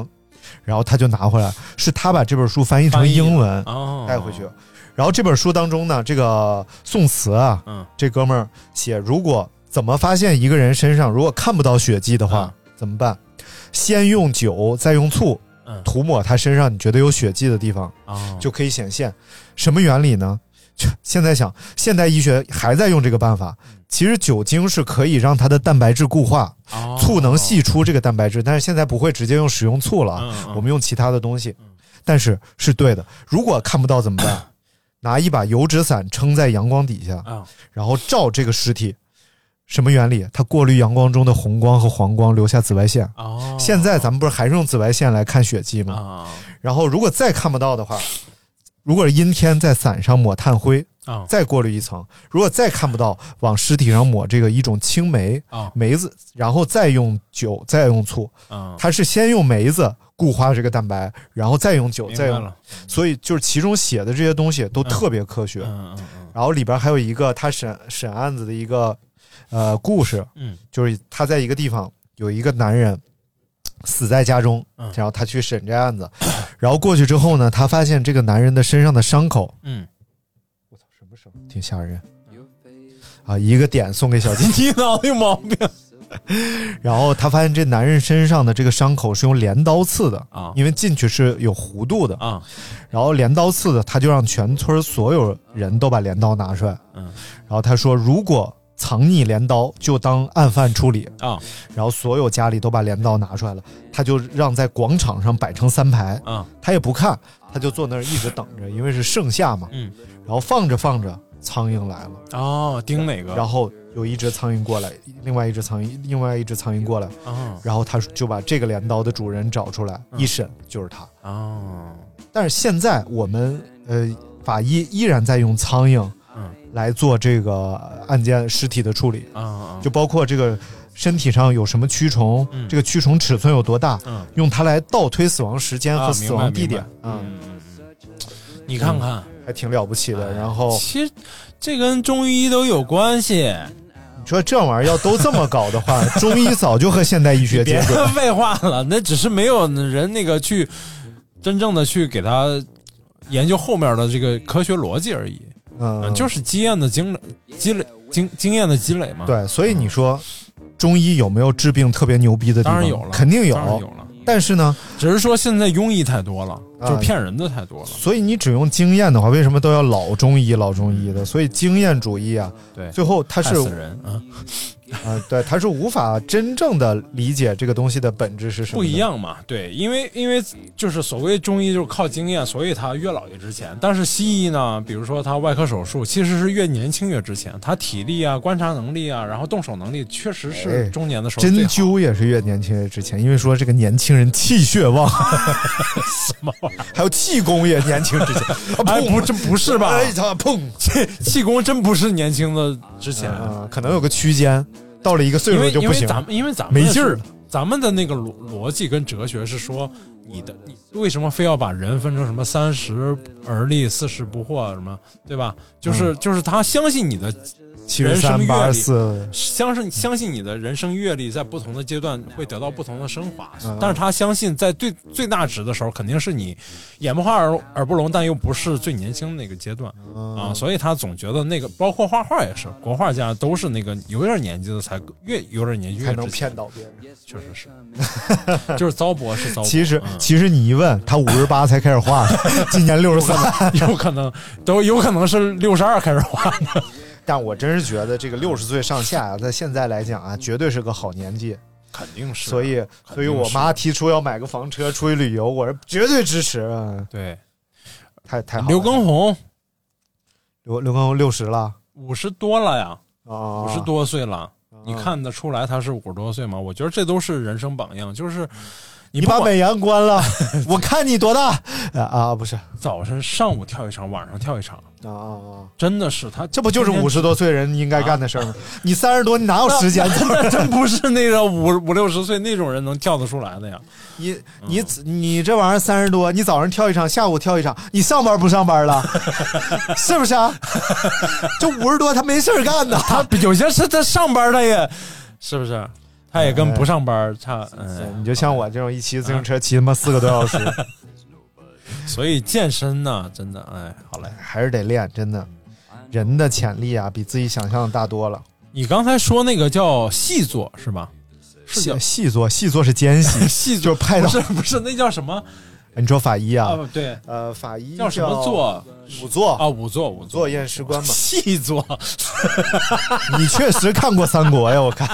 然后他就拿回来，是他把这本书翻译成
翻译
英文
哦
嗯带回去。然后这本书当中呢，这个宋词啊，
嗯
这哥们儿写如果怎么发现一个人身上如果看不到血迹的话、怎么办？先用酒，再用醋
嗯
涂抹他身上你觉得有血迹的地方，
啊
就可以显现。什么原理呢？就现在想，现代医学还在用这个办法。
嗯
其实酒精是可以让它的蛋白质固化，
哦
醋能析出这个蛋白质，但是现在不会直接用食用醋了，
嗯嗯
我们用其他的东西。但是是对的，如果看不到怎么办？拿一把油纸伞撑在阳光底下，
啊
然后照这个尸体。什么原理？它过滤阳光中的红光和黄光，留下紫外线。
哦
现在咱们不是还是用紫外线来看血迹吗？
啊
然后如果再看不到的话，如果是阴天，在伞上抹炭灰，
啊
再过滤一层；如果再看不到，往尸体上抹这个一种青梅
啊
梅子，然后再用酒，再用醋。
啊，
它是先用梅子固化这个蛋白，然后再用酒，
明
再
白
用
了。，
所以就是其中写的这些东西都特别科学。
嗯嗯嗯
然后里边还有一个他审审案子的一个呃故事，
嗯
就是他在一个地方有一个男人死在家中，
嗯
然后他去审这案子，然后过去之后呢，他发现这个男人的身上的伤口
嗯，，
挺吓人。啊，一个点送给小金
你脑子有毛病
然后他发现这男人身上的这个伤口是用镰刀刺的
啊
因为进去是有弧度的
啊，
然后镰刀刺的，他就让全村所有人都把镰刀拿出来，
嗯，
然后他说如果藏匿镰刀就当案犯处 [laughs] 理，
啊
然后所有家里都把镰刀拿出来了，他就让在广场上摆成三排，
啊
他也不看，他就坐那儿一直等着，因为是盛夏嘛，
嗯，
然后放着放着苍蝇来了。
哦，盯哪
啊
个？
然后有一只苍蝇过来，另外一只苍蝇，另外一只苍蝇过来，
啊
然后他就把这个镰刀的主人找出来，
嗯
一审就是他。哦
啊
但是现在我们呃，法医依然在用苍蝇
嗯
来做这个案件尸体的处理，
嗯
啊！
就包括这个身体上有什么蛆虫，
嗯
这个蛆虫尺寸有多大，
嗯
用它来倒推死亡时间和
啊
死亡地点，
明
嗯
啊、
嗯嗯，你看看，
还挺了不起
哎
的。然后
其实这跟中医都有关
[laughs]
系，
你说这玩意儿要都这么搞的
[laughs]
话，中医早就和现代医学
别
接轨。
废话了，那只是没有人那个去真正的去给他研究后面的这个科学逻辑而已，
嗯，
就是经验的经积累经经验的积累嘛。，
对，所以你说中医有没有治病特别牛逼的地
当
方？
然有了，
肯定有。
当然有了，
但是呢，
只是说现在庸医太多了，
啊
就是骗人的太多了。
所以你只用经验的话，为什么都要老中医、老中医的？所以经验主义啊，
嗯对
最后它
害
是
死人啊，
呃，对，它是无法真正的理解这个东西的本质是什么。
不一，样嘛？对，因为因为就是所谓中医就是靠经验，所以他越老越值钱。但是西医呢，比如说他外科手术，其实是越年轻越值钱，他体力啊、观察能力啊，然后动手能力，确实
哎
是中年的时候
针
最好
灸也是越年轻越值钱，因为说这个年轻人气
[laughs]
血旺，
什么玩意儿？
还有气功也年轻值钱。啊
[laughs] 哎，
砰
不，这不是吧？
哎，他砰
气气功真不是年轻的值钱，
啊，可能有个区间，到了一个岁
因
数
为
就
因
不
为
行。
咱们因为咱们
没
的
劲儿
是咱们的那个逻逻辑跟哲学是说，你的你为什么非要把人分成什么三十而立、四十不惑什么，对吧？就是、就是他相信你的，
七十三、
人生阅历
八十四，
相信相信你的人生阅历在不同的阶段会得到不同的升华，
嗯
但是他相信在最最大值的时候，肯定是你眼不花耳耳不聋，但又不是最年轻的那个阶段、
嗯
啊，所以他总觉得那个，包括画画也是，国画家都是那个有点年纪的才越有点年纪越
才能
值钱
骗到别人。
确实是，就是 [laughs] 糟粕是糟粕。
其实
嗯，
其实你一问他五十八才开始画，今年六十三。
有可能都有可能是六十二开始画的。
[laughs] 但我真是觉得这个六十岁上下啊，在现在来讲啊，绝对是个好年纪。
肯定是
[laughs] 所以，所以我妈提出要买个房车出去旅游，我是绝对支持。嗯
对
太太好了。
刘畊宏
刘刘畊宏六十了
五十多了呀，
啊，
五十多岁了，你看得出来他是五十多岁吗？我觉得这都是人生榜样，就是你
你
不
把
管
美颜
[laughs]
关了，我看你多大 [laughs] 啊啊不是啊
早晨上午跳一场，晚上跳一场，
啊啊，
真的是他
这不就是五
十？
十多岁人应该干的事儿吗？你三十多，你哪有时 [laughs] 间？
那真不是那个五五六十岁那种人能跳得出来
[laughs]
的呀！
你你你这玩意儿三十多，你早上跳一场，下午跳一场，你上班不上班了？ [laughs] 是不是啊？ [laughs] 这五十多他没事儿干呢。
他有些是他上班他也是不是？他也跟不上班差，
哎
嗯，
你就像我这种一骑自行车骑他妈四个多小时， [laughs]
所以健身呢，真的，哎，好嘞。
还是得练，真的。人的潜力啊，比自己想象的大多了。
你刚才说那个叫细作是吧？是
细
叫，
细作，细作是奸细
细作，
就是拍
不 [laughs]
到哎
是不是那叫什么
你说法医
啊
啊？？
对，
呃，法医
叫什么作？
仵作
啊，仵作，仵
仵作
作，。
验尸 [laughs] 官嘛
细作，
你确实看过三国呀？我看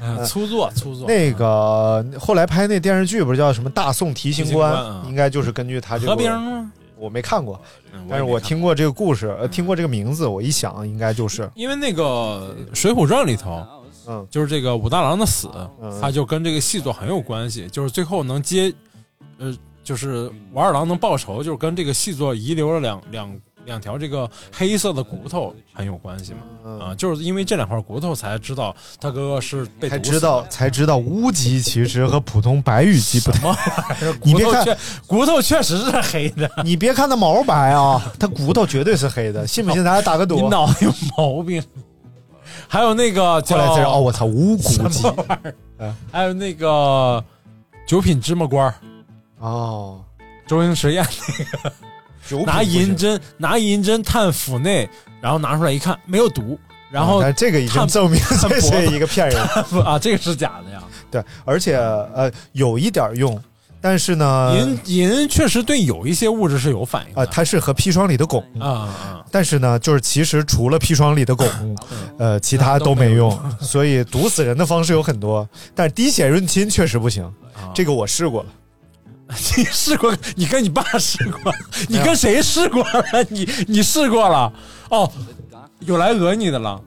嗯粗作，粗作。
那个后来拍那电视剧不是叫什么《大宋提刑官
提刑官》，啊
应该就是根据他这个
何冰吗？
我没看过，
嗯
但是
也没
我
看嗯
听过这个故事，呃，听过这个名字，我一想应该就是，
因为那个《水浒传》里头，
嗯
就是这个武大郎的死
嗯，
他就跟这个细作很有关系，就是最后能接，呃，就是武二郎能报仇，就是跟这个细作遗留了两两两条这个黑色的骨头很有关系嘛。啊，
嗯，
就是因为这两块骨头才知道他哥哥是被
才
毒死
知
[laughs]
道
的
才知道乌鸡其实和普通白羽鸡不
什 [laughs]
同。
么玩意儿。
你别
骨头
看
确骨头确实是黑的，
你别看它毛白啊，它骨头绝对是黑的，信不信？咱俩打个
你
赌。
脑子有毛病。还有那个
后
叫
来才知道，哦，我操，无
什
骨鸡
么玩意儿？还有那个九品芝麻官儿，
哦，
周星驰演
九品
拿
不行
银针拿银针探腹内，然后拿出来一看没有毒，然后
但这个已经
探
证明
探
这
脖
啊是
子
一个骗人。
不 [laughs] 啊，这个是假的呀。
对，而且呃有一点用，但是呢，
银银确实对有一些物质是有反应
呃它是和砒霜里的汞
啊啊 [laughs]
但是呢，就是其实除了砒霜里的汞，呃，其他都没用，所以毒死人的方式有很多，但是滴血认亲确实不行，
啊
这个我试过了。
你试过？你跟你爸试过？你跟谁试过了？你你试过了？哦，有来讹你的了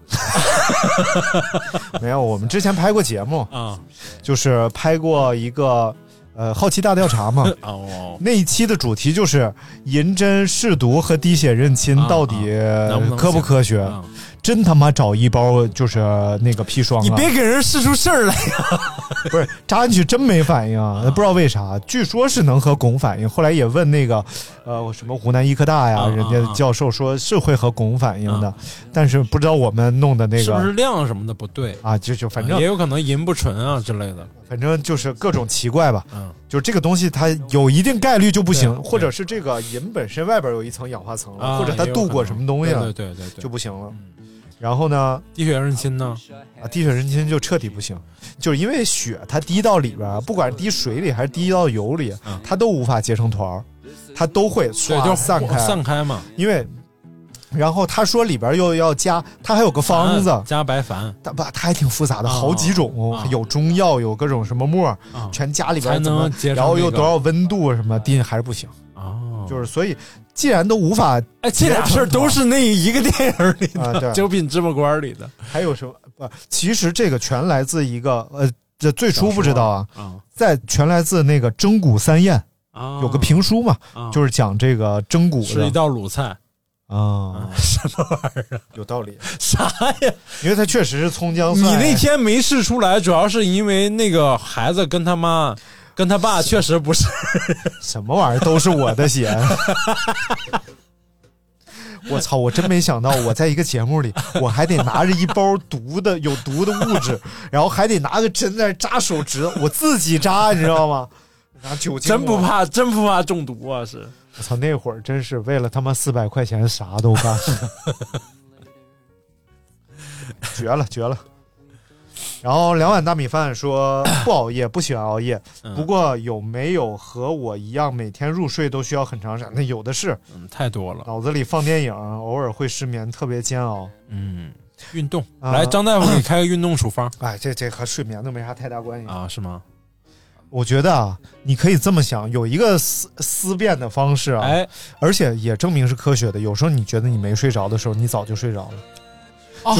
没有，我们之前拍过节目，
啊
就是拍过一个呃好奇大调
[laughs]
查嘛，
哦，
那一期的主题就是银针试毒和滴血认亲
啊
到底
能不能
科不
行
科学？
啊
真他妈找一包就是那个砒霜、啊，
你别给人试出事儿来呀！
不是扎进去真没反应啊，不知道为啥，据说是能和汞反应。后来也问那个，呃，什么湖南医科大呀，
啊
人家教授说是会和汞反应的，
啊
但是不知道我们弄的那个
是不是量什么的不对？
啊，就就反正
也有可能银不纯啊之类的。
反正就是各种奇怪吧，
嗯
就是这个东西它有一定概率就不
对
行，
对
或者是这个银本身外边有一层氧化层了，
啊
或者它
也有可
镀
能
过什么东西了
对对对对，
就不行了。
嗯
然后呢，
滴血认亲呢？
啊，滴血认亲就彻底不行，
哎
就是因为血它滴到里边儿，不管滴水里还是滴到油里，它都无法结成团儿，它都会
嗯对，
唰
就
散开。
散开嘛。
因为，然后他说里边儿又要加，它还有个方子
矾，啊加白矾
它不，它还挺复杂的，
啊
好几种，
啊
有中药，有各种什么沫儿，
啊
全加里边儿
才
怎么
能结成
然后又
那个
多少温度什么滴还是不行，
哦，
就是所以既然都无法
哎，这俩事儿都是那一个电影里
啊
的
对
《九品芝麻官》里的
还有什么不？其实这个全来自一个呃，这最初不知道啊，
啊
在全来自那个《蒸骨三宴》
啊
有个评书嘛，
哦
就是讲这个蒸骨
是一
的
道鲁菜， [laughs]
啊，
什么玩意儿？
有道理，
啥
[laughs]
呀？
因为它确实是葱姜
你
蒜。
那天没试出来，主要是因为那个孩子跟他妈、跟他爸确实不是
什么玩意儿都是我的血。我操！我真没想到，我在一个节目里，我还得拿着一包毒的有毒的物质，然后还得拿个针在那扎手指，我自己扎，你知道吗？拿
[laughs]
酒精，
真不怕，真不怕中毒啊！是
我 [laughs] 操，那会儿真是为了他妈四百块钱啥都干， [laughs] 绝了绝了。然后两碗大米饭说不熬夜，不喜欢熬夜。
嗯
不过有没有和我一样每天入睡都需要很长时间？那有的是，
嗯，太多了。
脑子里放电影，偶尔会失眠，特别煎熬。
嗯，运动，
啊
来，张
[clears throat]
大夫，你开个运动处方
哎，这这和睡眠都没啥太大关系。
啊？是吗？
我觉得啊，你可以这么想，有一个思思辨的方式啊，
哎，
而且也证明是科学的。有时候你觉得你没睡着的时候，你早就睡着了。
哦，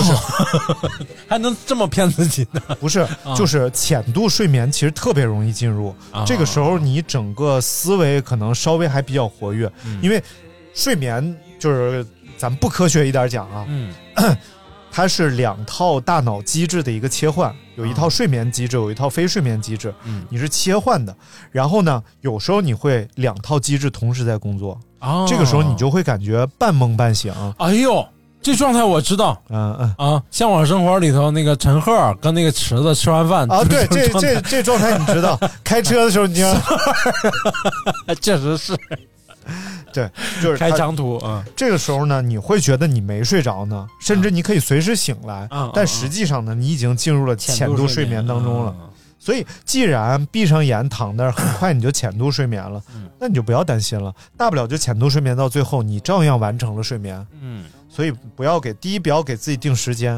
[laughs]
还能这么骗自己呢？
不是，就是浅度睡眠其实特别容易进入。
啊
这个时候你整个思维可能稍微还比较活跃，
嗯
因为睡眠就是咱不科学一点讲啊，
嗯
[clears throat] 它是两套大脑机制的一个切换，有一套睡眠机制，有一套非睡眠机制，
啊嗯
你是切换的。然后呢，有时候你会两套机制同时在工作，
啊，
这个时候你就会感觉半梦半醒。
哎呦，这状态我知道
嗯嗯。
啊，《向往生活》里头那个陈赫跟那个池子吃完饭
啊，
就是
对，这
种状
这
态
这状态你知道，
[laughs]
开车的时候你就
确实是 [laughs]
对，就是
开
它
长途啊，
这个时候呢，你会觉得你没睡着呢，甚至你可以随时醒来，
嗯嗯
但实际上呢，你已经进入了啊浅度睡眠嗯当中了。。
啊
所以，既然闭上眼躺那儿，很快你就浅度睡眠了，那你就不要担心了，大不了就浅度睡眠到最后，你照样完成了睡眠。
嗯，
所以，不要给第一，不要给自己定时间，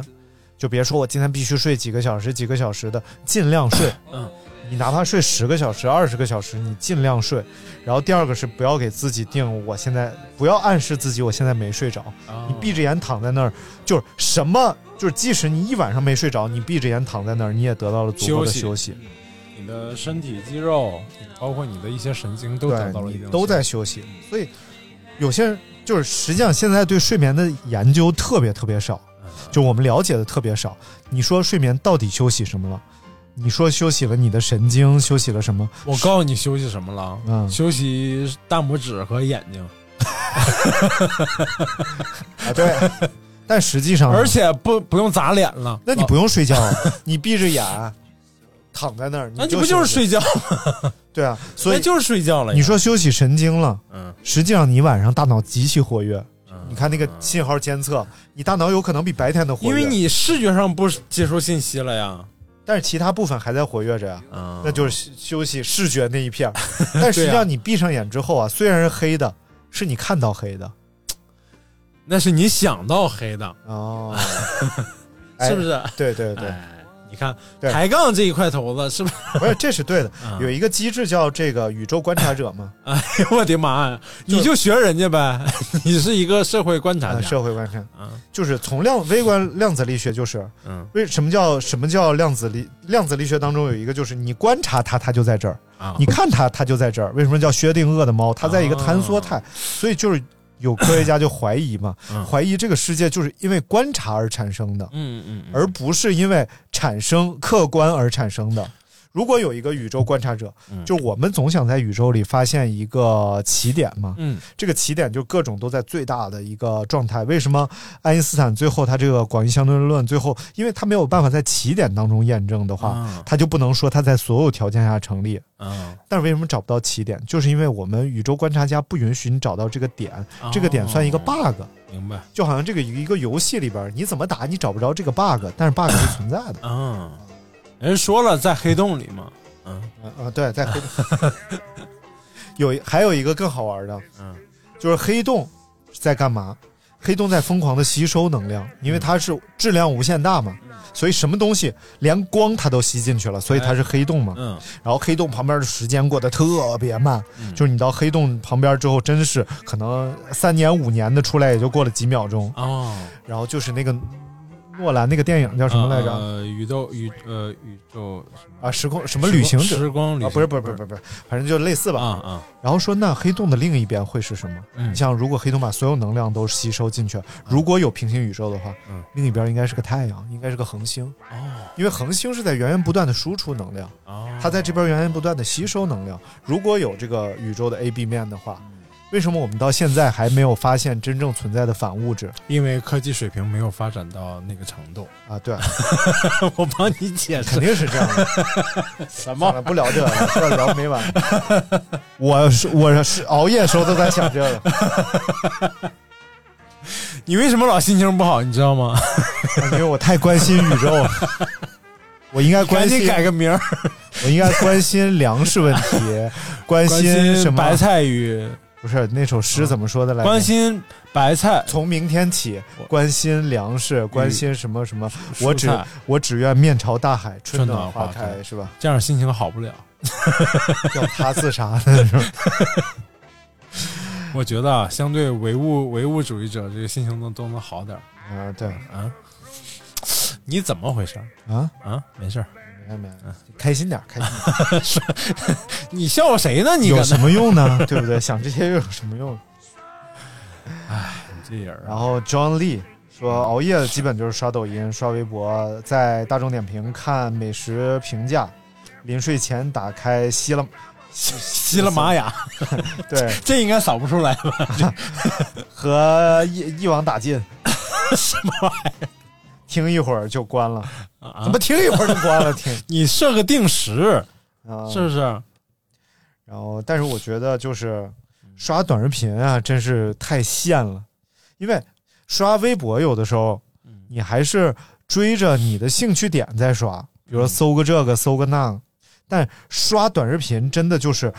就别说我今天必须睡几个小时、几个小时的，尽量睡。
嗯，
你哪怕睡十个小时、二十个小时，你尽量睡。然后第二个是不要给自己定，我现在不要暗示自己我现在没睡着，你闭着眼躺在那儿，就是什么，就是即使你一晚上没睡着，你闭着眼躺在那儿，你也得到了足够的休
休
息，
你的身体肌肉，包括你的一些神经都得到了
对，
一定
你
的
都在
休
休息。所以有些人就是实际上现在对睡眠的研究特别特别少，
嗯
就我们了解的特别少。你说睡眠到底休息什么了？你说休息了你的神经，休息了什么？
息。我告诉你休息什么了？[laughs]
嗯
休息大拇指和眼睛，
啊，对。但实际上
[laughs]
呢，
而且不不用砸脸了。
嗯那你
哦
不用睡觉啊，
[laughs]
你闭着眼躺在那儿，
那你不就是
休息
睡觉？
对啊？所
那
以
就是睡觉了呀。
你说休息神经了，
嗯
实际上你晚上大脑极其活跃，你看那个信号监测，你大脑有可能比白天的活跃，
因为你视觉上不接收信息了呀。
但是其他部分还在活跃着呀、
嗯啊
那就是休休息视觉那一
[laughs]
片儿。但实际上你闭上眼之后啊，虽然是黑的，是你看到黑的
那是你想到黑的，，
哦
是不是
哎对对对，
你看
对
抬杠这一块头子是不是？
不是这是对的
嗯。
有一个机制叫这个宇宙观察者嘛，
哎呦 [laughs] 我的妈呀！你就学人家呗， [laughs] 你是一个社会观察家。
啊社会观察
嗯，
就是从量微观量子力学就是，
嗯
为什么叫什么叫量子力？量子力学当中有一个就是你观察它，它就在这儿；
啊，
你看它，它就在这儿。为什么叫薛定谔的猫？它在一个坍缩态，所以就是有科学家就怀疑嘛，
啊嗯
怀疑这个世界就是因为观察而产生的，
嗯嗯嗯，
而不是因为产生客观而产生的。如果有一个宇宙观察者，
嗯
就是我们总想在宇宙里发现一个起点嘛，
嗯
这个起点就各种都在最大的一个状态。为什么爱因斯坦最后他这个广义相对论最后，因为他没有办法在起点当中验证的话，
啊
他就不能说他在所有条件下成立。
嗯，
但是为什么找不到起点？就是因为我们宇宙观察家不允许你找到这个点，
哦
这个点算一个 bug。
明白。
就好像这个一个游戏里边，你怎么打你找不着这个 bug，但是 bug 是存在的。
嗯，人说了在黑洞里嘛。嗯
啊、啊，对，在黑洞 [laughs] 有一还有一个更好玩的，
嗯，
就是黑洞在干嘛？黑洞在疯狂的吸收能量，因
嗯
为它是质量无限大嘛，所以什么东西连光它都吸进去了，所以它是黑洞嘛。
嗯
然后黑洞旁边的时间过得特别慢，
嗯
就是你到黑洞旁边之后，真是可能三年五年的出来也就过了几秒钟。
哦，
然后就是那个诺兰那个电影叫什么来着？
呃，宇宙宇呃宇宙什么
啊，时空什么旅行者
时光旅
啊？
行
不是不是不是不是不是，反正就类似吧。
啊啊，
然后说，那黑洞的另一边会是什么？
嗯
你像，如果黑洞把所有能量都吸收进去，如果有平行宇宙的话，
嗯
另一边应该是个太阳，应该是个恒星，
哦
因为恒星是在源源不断的输出能量，
哦，
它在这边源源不断的吸收能量。如果有这个宇宙的 A、B 面的话，
嗯
为什么我们到现在还没有发现真正存在的反物质
因为科技水平没有发展到那个程度， [laughs]
啊？对，
我帮你解释
肯定是这样的。
[laughs] 什
算了，不聊这个了，这聊没完。 [laughs] 我是我是熬夜时候都在想这个，
你为什么老心情不好？你知道吗？
因为我太关心宇
[laughs]
宙了。我应该关
赶紧
心
改个名儿，
我应该关心粮食问题，
[laughs] 关
关心什
心
么？
白菜与
不是那首诗怎么说的来着？
关心白菜，
从明天起
我，
关心粮食，关心什么什么？
蔬
我只
菜
我只愿面朝大海，春
暖
暖
花
花
开
开，是吧？
这样心情好不了。
要他自杀
[laughs]
的是吧？
我觉得啊，相对唯物唯物主义者，这个心情都都能好点儿
啊，对
啊。你怎么回事儿
啊，
啊？没事儿，
没事没事，
嗯
开心点儿，开心点儿，
你笑谁 [laughs] 呢？你
有
搁
什
那
么用呢？对不对？想这些又有什么用？
你这人啊
然后 John Lee 说，熬夜基本就是刷抖音、刷微博，在大众点评看美食评价，临睡前打开稀了 [laughs]
吸了玛雅，
对
[laughs] 这应该扫不出来吧？
和一一网打尽，什么 [laughs] 玩意儿？听一会儿就关了，
啊
怎么听一会儿就关了？
[laughs]
听
你设个定时，
啊，
是不是？
然后，但是我觉得就是
嗯
刷短视频啊，真是太限了，因为刷微博有的时候
嗯
你还是追着你的兴趣点在刷，比
嗯
如说搜个这个，搜个那个，但刷短视频真的就是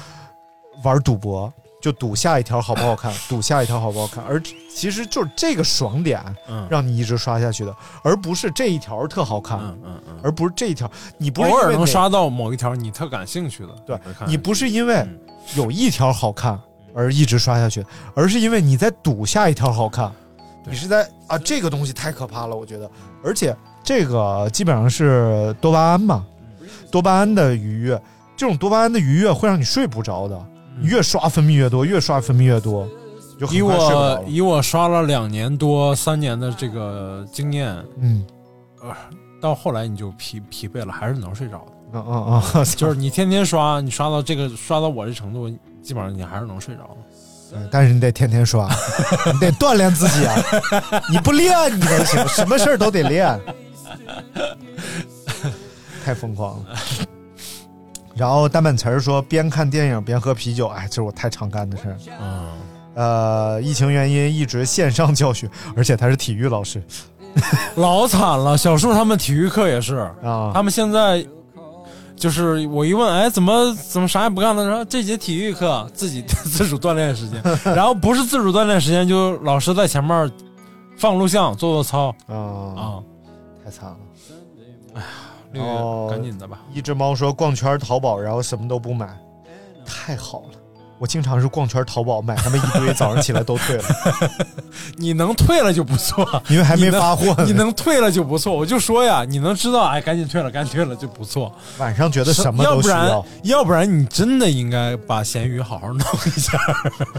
玩赌博。就赌下一条好不好看，赌下一条好不好看，而其实就是这个爽点，
嗯
让你一直刷下去的，而不是这一条特好看，
嗯嗯嗯，
而不是这一条，你不是
偶
因为
尔能
哪
刷到某一条你特感兴趣的，
对
会看嗯
你不是因为有一条好看而一直刷下去，而是因为你在赌下一条好看，你是在啊这个东西太可怕了，我觉得，而且这个基本上是多巴胺嘛，
嗯
多巴胺的愉悦，这种多巴胺的愉悦会让你睡不着的，
嗯
你越刷分泌越多，越刷分泌越多，你就很
以
快睡不着
我
了。
以我刷了两年多三年的这个经验，
嗯
到后来你就疲疲惫了，还是能睡着的。
嗯嗯嗯，
[laughs] 就是你天天刷，你刷到这个刷到我这程度，基本上你还是能睡着。
嗯但是你得天天刷， [laughs] 你得锻炼自己啊！你不练你能行？什么事儿都得练，太疯狂了。然后大板词儿说边看电影边喝啤酒，哎，这是我太常干的事儿。
嗯，
呃，疫情原因一直线上教学，而且他是体育老师，
老惨了。小树他们体育课也是
啊，
他们现在就是我一问，哎，怎么怎么啥也不干了？然后这节体育课自己自主锻炼时
[laughs]
间，然后不是自主锻炼时间，就老师在前面放录像做做操
啊
啊。
太惨了。
六
哦
月赶紧的吧，
一只猫说逛圈淘宝，然后什么都不买，太好了。我经常是逛圈淘宝买他们一堆，早上起来都退了，
你能退了就不错，
因为还没
你能 [laughs]
发货呢
你能退了就不错，我就说呀，你能知道，哎，赶紧退了，赶紧退了就不错。
晚上觉得什么
要
都
不
需
然，要不然你真的应该把咸鱼好好弄一下。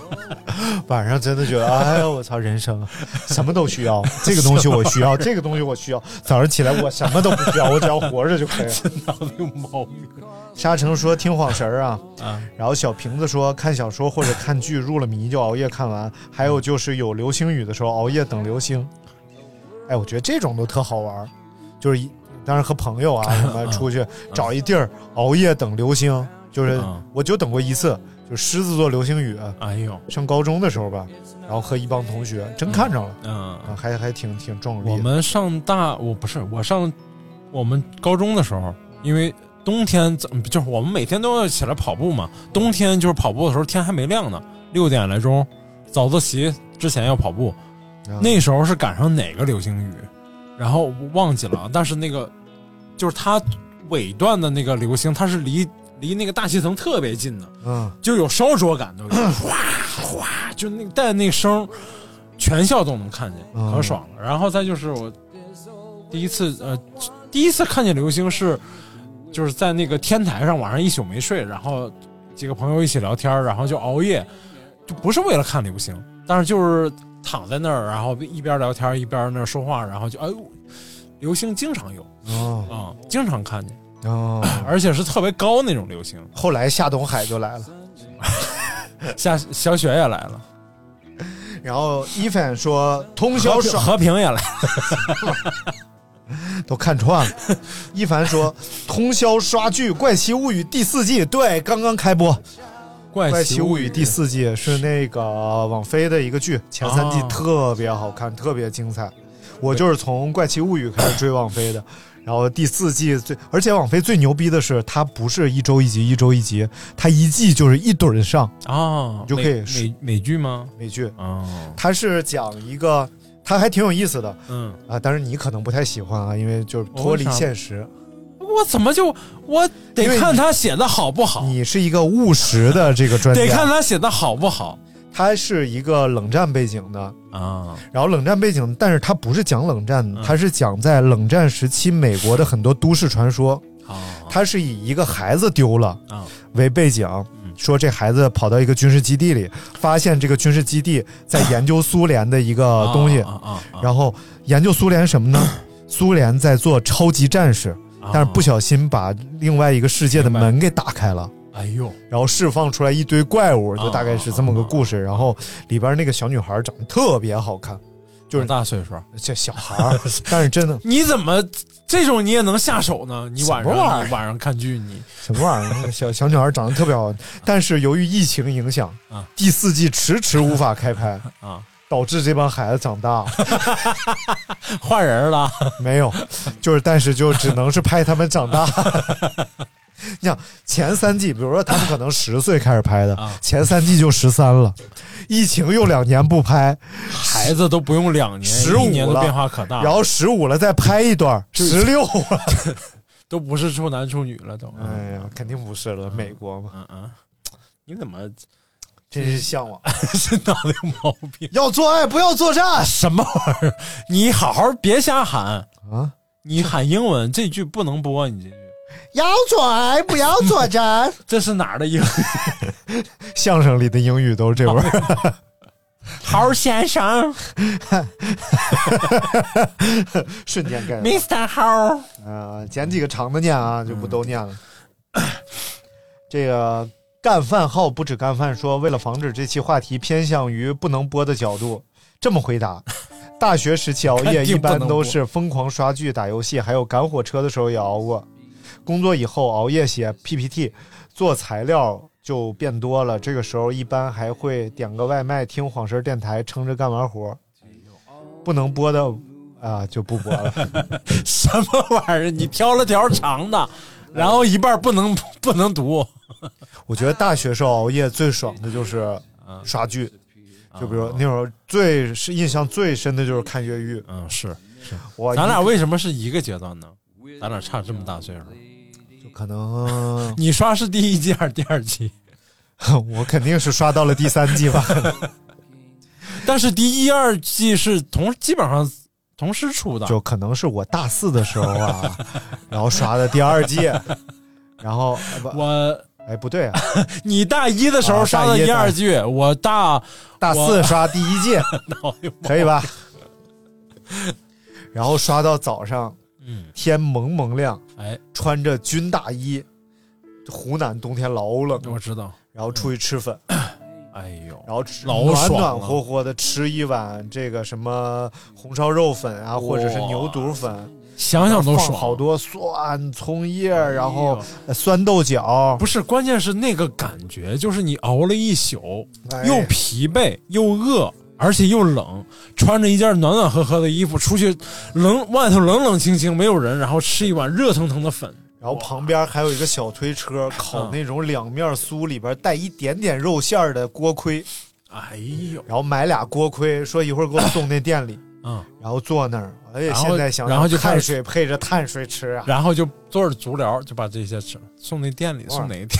[laughs]
晚上真的觉得，哎呦我操，
[laughs]
人生什么都需要，这个东西我需要，这个东西我需要。早上起来我什么都不需要，我只要活着就可以
[laughs]
了。
脑子有毛病。
沙城说听晃神儿啊，
啊
然后小瓶子说看小说或者看剧入了迷就熬夜看完，还有就是有流星雨的时候熬夜等流星。哎，我觉得这种都特好玩儿，就是一当然和朋友
嗯
啊什么出去找一地儿熬夜等流星，就是
嗯
我就等过一次，就狮子座流星雨，啊
哎呦，
上高中的时候吧，然后和一帮同学真看着了。
嗯，
啊，还还挺挺壮丽的。
我们上大，我不是我上我们高中的时候，因为冬天咱们就是我们每天都要起来跑步嘛，冬天就是跑步的时候天还没亮呢，六点来钟，早自习之前要跑步，
啊
那时候是赶上哪个流星雨，然后我忘记了啊，但是那个就是它尾段的那个流星，它是离离那个大气层特别近的，
嗯，
就有烧灼感都有，哗哗，就那带那声儿，全校都能看见，
嗯
可爽了。然后再就是我第一次呃，第一次看见流星是就是在那个天台上，晚上一宿没睡，然后几个朋友一起聊天儿，然后就熬夜，就不是为了看流星，但是就是躺在那儿，然后一边聊天一边那儿说话，然后就哎呦，流星经常有
哦
啊、经常看见，
哦，
而且是特别高那种流星。
后来夏东海就来了，
下小雪也来了。
然后伊凡说通宵
和平
爽
和平也来，
都看串了。一凡说通宵刷剧《怪奇物语》第四季，对，刚刚开播，《
怪
怪奇
奇
物
物
语》
语
第四季是那个网飞的一个剧，前三季
啊
特别好看，特别精彩。我就是从《怪奇物语》开始追网飞的，然后第四季最，而且网飞最牛逼的是，它不是一周一集，一周一集，它一季就是一趸上
啊，
你就可以
美
是
美美剧吗？
美剧。
哦，
它是讲一个，它还挺有意思的
嗯，
啊，但是你可能不太喜欢啊，因为就是脱离现实，
我怎么就我得
因为你
看他写的好不好，
你是啊一个务实的这个专家，
得看他写的好不好
它是一个冷战背景的，
啊
然后冷战背景，但是它不是讲冷战的，
嗯
它是讲在冷战时期美国的很多都市传说，
啊
它是以一个孩子丢了
啊
为背景。
嗯
说这孩子跑到一个军事基地里，发现这个军事基地在研究苏联的一个东西，
啊啊啊，
然后研究苏联什么呢？苏联在做超级战士，
啊
但是不，小心把另外一个世界的
明白
门给打开了，
哎呦，
然后释放出来一堆怪物，就
啊
大概是这么个故事。然后里边那个小女孩长得特别好看，就是
多大岁数？
这小孩儿，但是真的
你怎么这种你也能下手呢？你晚上
什么玩意儿
你晚上看剧你 [laughs]
什么玩意儿？那个小小女孩长得特别好看，但是由于疫情影响
啊，
第四季迟迟无法开拍，
啊，
导致这帮孩子长大了
换人
[laughs]
了，
没有，就是但是就只能是拍他们长大。 [laughs] 你想前三季，比如说他们可能十岁开始拍的
啊，
前三季就十三了，疫情又两年不拍，
孩子都不用两年，
15
一年的
了
变化可大，
然后十五了再拍一段，十六了，
都不是处男处女了都，
哎呀，肯定不是了，美国嘛，
嗯嗯，你怎么
真是向往。
这脑子有毛病？
要做爱，不要作战
什么玩意儿？你好好别瞎喊，
啊！
你喊英文这句不能播，你这句
[laughs] 要做爱，不要作战。
这是哪儿的英文？
相声里的英语都是这味儿。
豪先生
[laughs] 瞬间 get 到
，Mr. 豪，
呃，捡几个长的念啊，就不都念了。
嗯
[coughs] 这个干饭号不止干饭说，为了防止这期话题偏向于不能播的角度，这么
[laughs]
回答：大学时期熬夜
肯定
一
不能
般
播
都是疯狂刷剧、打游戏，还有赶火车的时候也熬过。工作以后熬夜写 PPT，做材料就变多了。这个时候一般还会点个外卖，听晃神电台，撑着干完活儿。不能播的啊就不播了。
什么玩意儿？你挑了条长的，然后一半不能不能读。
我觉得大学时候熬夜最爽的就是
嗯
刷剧，就比如那会儿最是印象最深的就是看《越狱》。
嗯，是是。
我
咱俩为什么是一个阶段呢？咱俩差这么大岁数，
就可能 [laughs]
你刷是第一季还是第二季？
我肯定是刷到了第三
[laughs]
季吧。
但是第一、二季是同基本上同时出的，
就可能是我大四的时候
[laughs]
啊，然后刷的第二季，然后呃不
我
哎不对啊，
你大一的时候
啊
刷
大
的
一
一
大
二季，我大 [laughs]
大四刷第一季可以吧？然后刷到早上，
嗯，
天蒙蒙亮，
哎，
穿着军大衣，湖南冬天老冷，
我知道，
然后出去吃粉，
哎呦，
然后吃
老
暖
爽
暖
了
和和的吃一碗这个什么红烧肉粉啊，或者是牛肚粉，
想想都
放
爽，
好多蒜、葱叶，然后
哎
呃酸豆角
不，是，关键是那个感觉，就是你熬了一宿，
哎
又疲惫又饿，而且又冷，穿着一件暖暖和和的衣服出去，冷外头冷冷清清没有人，然后吃一碗热腾腾的粉，
然后旁边还有一个小推车，烤那种两面酥，里边带一点点肉馅儿的锅盔，
哎呦，
然后买俩锅盔，说一会儿给我送那店里，
嗯，
然后坐那儿，哎呀，
然后
现在想想
然后就开始
碳水配着碳水吃啊，
然后就坐着足疗，就把这些吃送那店里，
哇
送哪个店？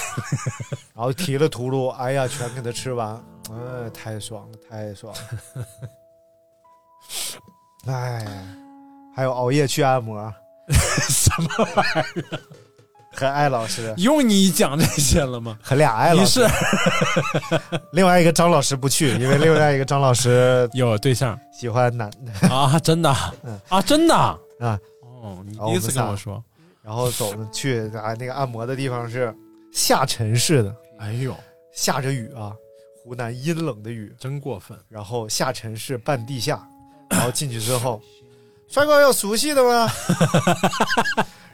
然后提了秃噜，哎呀，全给他吃完，哎，太爽了，太
[laughs]
爽了，哎呀，还有熬夜去按摩，
什么玩意儿？
和艾老师，
用你讲这些了吗？
和俩艾老
你
师，
是
另外一个张老师不去，因为另外一个张老师
有对象
喜欢男
啊？真的
嗯
啊？真的？
啊。
哦，你
啊
第一次跟
我们仨
我说，
然后走去啊那个按摩的地方是下沉式的，
哎呦，
下着雨啊，湖南阴冷的雨，
真过分！
然后下沉式半地下，然后进去之后，帅哥有熟悉的吗？ [laughs]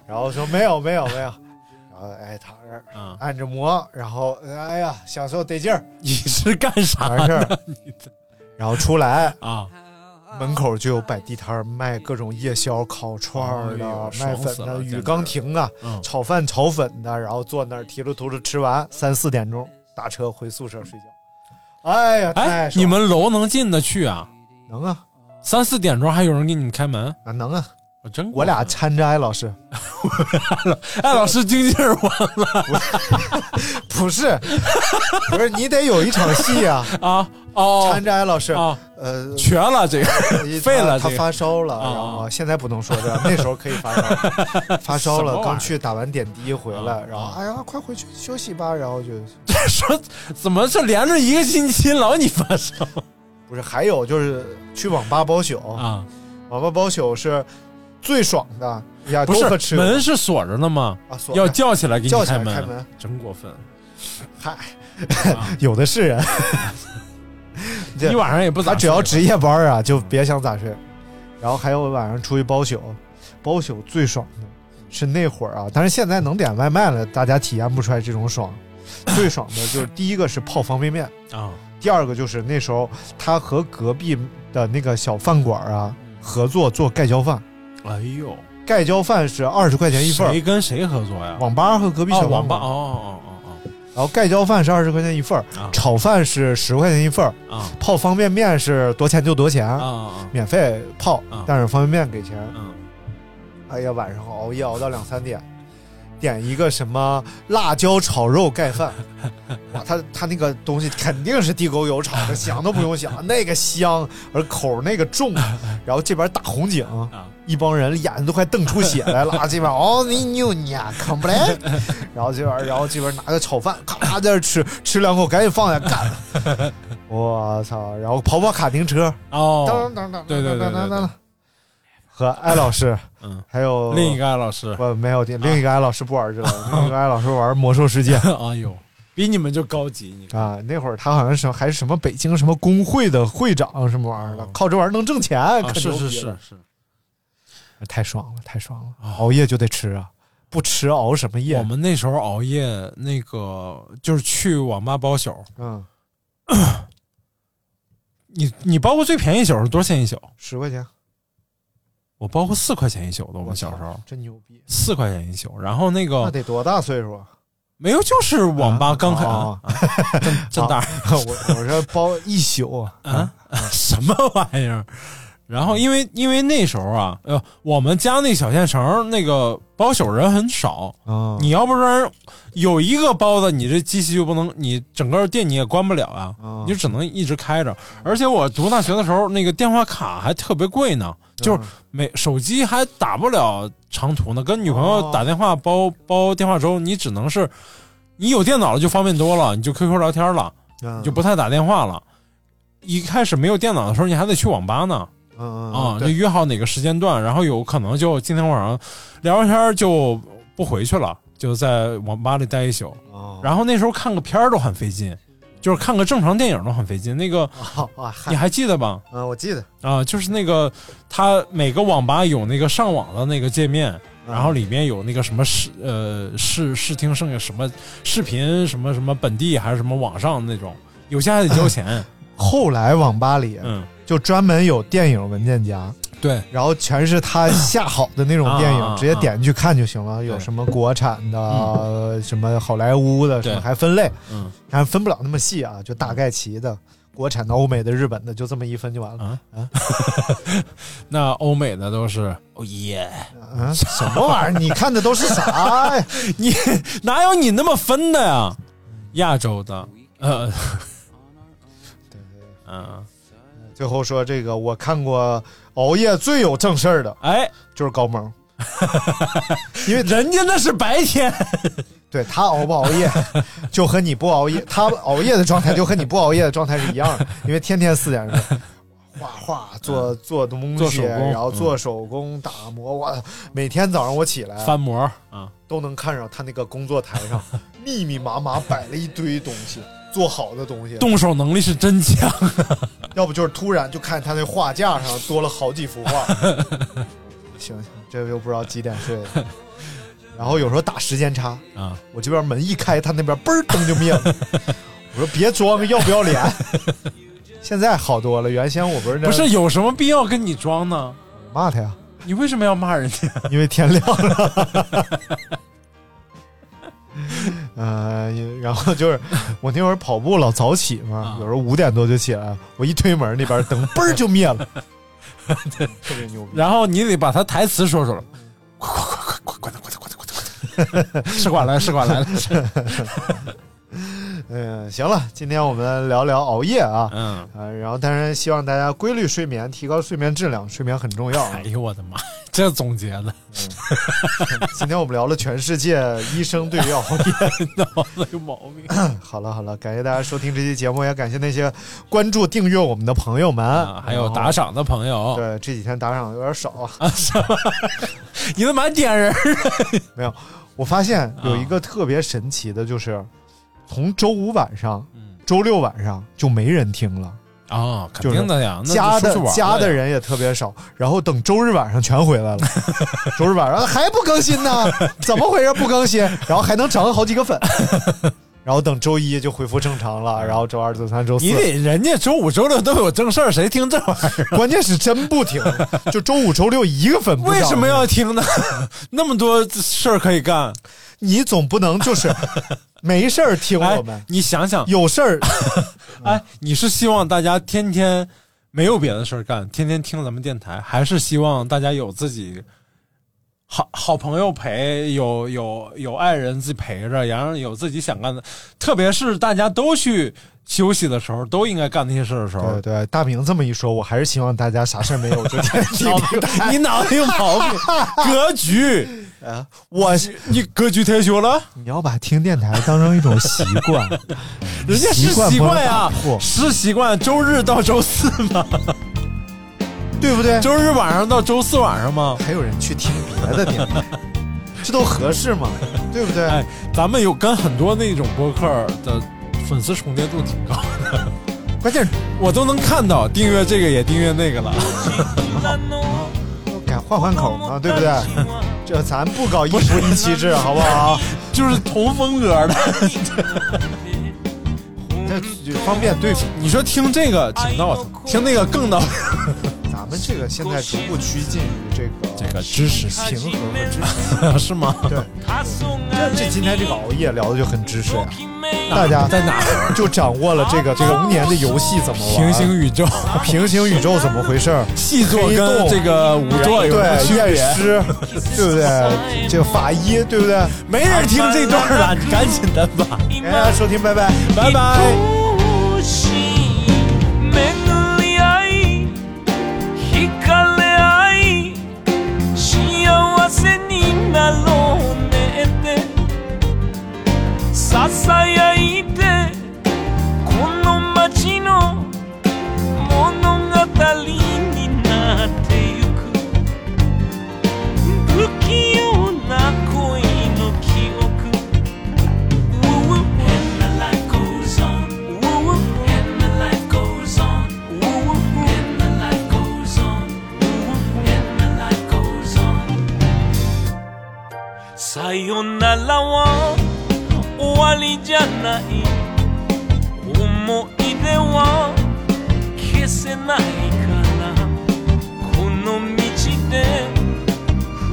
然后说没有没有没有，然后哎躺这儿
啊
按着摩，然后哎呀享受得劲儿
你是干啥
完事
呢？
儿，然后出来
啊？
门口就有摆地摊儿卖各种夜宵、烤串儿
哎
的
呦、
卖
爽
粉
死
的、
了
雨缸亭啊、
嗯
炒饭、炒粉的，然后坐那儿提溜头着吃完，三四点钟打车回宿舍睡觉。哎呀，太
哎，
爽
你们楼能进得去啊？
能啊
三四点钟还有人给你们开门，
啊能啊！
我真
我俩掺着艾老师，
哎，老师经纪人我 [laughs]
不是不是，你得有一场戏啊，
啊哦
掺着艾老师，
啊，
呃。
瘸了这个
一
废了这
他他
个
发烧了，
啊
然后现在不能说这，
[laughs]
那时候可以发烧，发烧
什么玩
了，
意儿
刚去打完点滴回来，
啊
然后
啊
哎呀，快回去休息吧，然后就
说怎么是连着一个星期老你发烧
不是，还有就是去网吧包宿，
啊？
网吧包宿是最爽的，呀，
不
都可
是
吃
门是锁着的吗？
啊，锁
要
着
叫起来给你
叫起来
门，
开门
真过分！
嗨，
啊
[laughs] 有的是
[laughs]
人，这
一晚上也不咋
他
睡。嗯
只要值夜班啊，就别想咋睡。然后还有晚上出去包宿，包宿最爽的是那会儿啊，但是现在能点外卖了，大家体验不出来这种爽。最爽的就是第一个是泡方便面，
啊，
第二个就是那时候他和隔壁的那个小饭馆啊
嗯
合作做盖浇饭，
哎呦，
盖浇饭是二十块钱一份儿，
谁跟谁合作呀？
网吧和隔壁
哦
小
网
饭
吧
馆，
哦哦
然后盖浇饭是二十块钱一份儿，
哦哦
炒饭是十块钱一份儿，
哦啊
泡方便面是多钱就多钱，
啊啊啊！
免费泡
啊，
但是方便面给钱。
嗯，
哎呀，晚上熬夜熬到两三点，点一个什么辣椒炒肉盖饭，哇，他他那个东西肯定是地沟油炒的，想都不用想，那个香，而口儿那个重，然后这边大红警，一帮人眼睛都快瞪出血来了，啊这边哦你牛你啊，看不来，然后这边然后这边拿个炒饭，咔在这吃吃两口，赶紧放下干，我操，然后跑跑卡丁车，
哦
噔，噔噔，
对对对对
噔噔
对
噔，和艾老师，
嗯，
还有
另一个艾啊老师，
不没有另一个艾老师不玩
[laughs]
这个，另一个艾老师玩魔兽世界
哎呦，比你们就高级，你看
啊。那会儿他好像是还是什么北京什么工会的会长什么玩意儿的
哦，
靠这玩意儿能挣钱，
啊
可
是
牛逼
是
了
是是，
太爽了，太爽了！熬夜就得吃啊，不吃熬什么夜？
哦我们那时候熬夜，那个就是去网吧包宿。
嗯，
你你包过最便宜宿是多少钱一宿？
十块钱。
我包过四块钱一宿的，我们小时候
真牛逼，
四块钱一宿。然后那个
那得多大岁数啊？
没有，就是网吧刚开，
啊
啊啊真真大。
[laughs] 我我说包一宿啊，
啊，什么玩意儿？ [laughs] 然后因为因为那时候啊，呃，我们家那小县城那个包宿人很少，
啊
你要不然有一个包的，你这机器就不能，你整个店你也关不了啊，
啊
你就只能一直开着。而且我读大学的时候，那个电话卡还特别贵呢，
嗯
就是每手机还打不了长途呢，跟女朋友打电话包包电话粥，你只能是你有电脑了就方便多了，你就 QQ 聊天了。
啊
你就不太打电话了。一开始没有电脑的时候，你还得去网吧呢
嗯
啊，
嗯
就约好哪个时间段，然后有可能就今天晚上聊完天儿就不回去了，就在网吧里待一宿。
啊，
然后那时候看个片儿都很费劲，就是看个正常电影都很费劲。那个
后啊，嗨
你还记得吧？
啊，我记得，
啊，就是那个他每个网吧有那个上网的那个界面，然后里面有那个什么视呃视视听声什么视频什么什么本地还是什么网上那种，有些还得交钱。
后来网吧里
嗯，
就专门有电影文件夹，
对，
然后全是他下好的那种电
啊啊
影，直接点进去看就行了。有
对嗯
什么国产的，什么好莱坞的，
对
什么还分类，
嗯
但分不了那么细啊，就大概齐的。国产的、欧美的、日本的，就这么一分就完了。
啊那欧美的都是哦耶，
啊，什么玩意儿？你看的都是啥呀？
[laughs]
[laughs]
你哪有你那么分的呀？亚洲的，呃， [laughs] 嗯，
最后说这个，我看过熬夜最有正事儿的
哎，
就是高萌，
因为人家那是白 [laughs] 天，
对他熬不熬
[laughs]
夜，就和你不熬夜，他熬夜的状态就和你不熬夜的状态是一样的，因为天天四点钟。画
[laughs]
画、做做东
嗯做
西，
手工嗯
然后做手工、打磨。我每天早上我起来
翻模啊，
都能看上他那个工作台
[laughs]
上密密麻麻摆了一堆东西，做好的东西。
动手能力是真强。
要不就是突然就看他那画架上多了好几幅
[laughs]
画。行行，这又不知道几点睡的。 [laughs] 然后有时候打时间差，
啊，
我这边门一开，他那边嘣儿灯就灭了。我说别装，要不要脸？现在好多了，原先我不是那
不是有什么必要跟你装呢？
骂他呀，
你为什么要骂人家？
因为天亮了。呃，然后就是我那会儿跑步老早起嘛
啊，
有时候五点多就起来，我一推门那边灯嘣儿就灭了，特别牛逼。
[laughs] 然后你得把他台词说出来。快快快快快快快快快快快！ [laughs] 试管来了，试管来了。
嗯，行了，今天我们聊聊熬夜啊，
嗯，
呃，然后当然希望大家规律睡眠，提高睡眠质量，睡眠很重要啊
哎。呦我的妈，这总结的， [laughs]
[laughs] 今天我们聊了全世界医生对于熬夜。
脑子有毛病。
好了好了，感谢大家收听这期节目，也感谢那些关注订阅我们的朋友们，
啊，还有打赏的朋友，
对，这几天打赏有点少啊。
你怎么还点人？
没有，我发现
啊
有一个特别神奇的，就是从周五晚上、
嗯
周六晚上就没人听了，
啊，肯定的呀，那就出
家
去
的
玩了呀
家的人也特别少。然后等周日晚上全回来了， [laughs] 周日晚上还不更新呢？怎么回事不更新？然后还能涨好几个粉。 [laughs] 然后等周一就恢复正常了，然后周二、周三、周四，
你得人家周五周六都有正事儿，谁听这玩意儿？
关键是真不停，就周五、周六一个粉不涨。
为什么要听
[laughs]
呢？那么多事儿可以干，
你总不能就是没事儿听
哎
我嗯们，，
你想想，
有
[laughs]
事儿
哎，你是希望大家天天没有别的事儿干，天天听咱们电台，还是希望大家有自己好好朋友陪，有有有爱人自己陪着，然后有自己想干的，特别是大家都去休息的时候，都应该干那些事儿的时候
对，对，大明这么一说，我还是希望大家啥事儿没有就天天听听。
哦你脑子有毛病，格局，
我
你格局退休了，
你要把听电台当成一种习惯，
[laughs] 人家是
习惯
习
不能
惯呀
打破，
是习惯，周日到周四 [laughs] 嘛，
对不对？
周日晚上到周四晚上嘛。
还有人去听别的电
[laughs]
台，这都合适吗？对不对？
哎，咱们有跟很多那种播客的粉丝重叠度挺高的，
关键是
我都能看到订阅这个也订阅那个了。
改
换换
[laughs]
口嘛，对不对？这咱不搞一夫一妻制，好不好？
就是同风格 [laughs] 的，
那就方便对付。
你说听这个挺闹腾，听那个更闹腾。
咱们这个现在逐步趋近于这个
这个知识
平和和
[laughs]
知
识，是吗？
[laughs] 对。这这今天这个熬夜聊的就很知识呀、
哪
大家
啊在哪儿啊
就掌握了这个童年的游戏怎么玩，
平行宇宙，
平行宇宙怎么回事儿，
细作
黑
跟
洞
这个五作有什么区
对
别
验尸，对不对？这个法医，对不对？
[laughs] 没人听这段 [laughs] 了，你赶紧的吧，
感谢大家收听，拜拜。
拜拜。
巡り合い惹かれ合い幸せになろうねってささやいてこの街の物語になってゆく不器用な恋の記憶 Woo woo and the light goes on Woo woo and the light goes on Woo woo and the light goes on Woo woo and the light goes on さよならは終わりじゃない思い出は消せないからこの道で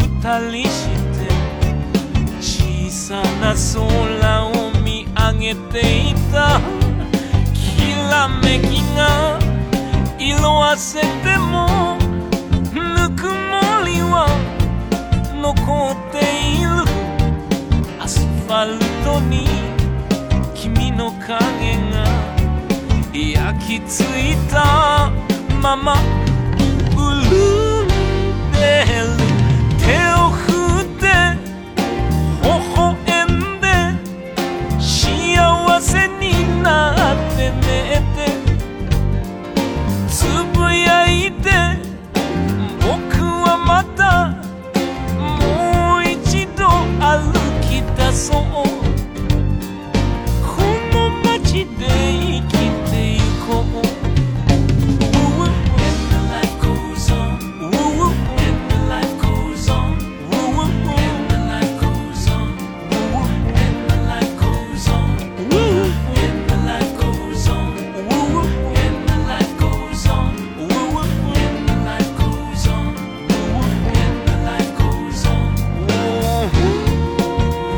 二人して小さな空を見上げていたきらめきが色あせてもぬくもりは残っているアスファルトに君の影が焼き付いたまま潤んでる手を振って微笑んで幸せになってねってつぶやいて僕はまたもう一度歩き出そうこの街で生きていこう Woo woo and the light goes on Woo woo and the light goes on Woo woo and the light goes on and the light goes on. Woo, and the light goes on. Woo, and the light goes on. Woo, and the light goes on. Woo, and the light goes on. Woo.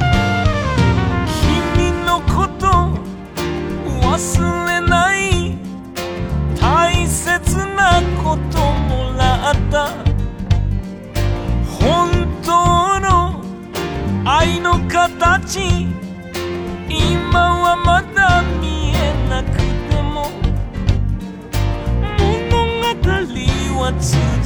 「君のこと忘れない」「大切なこともらった」「本当の愛の形」「今はまだ見えなくても」「物語は続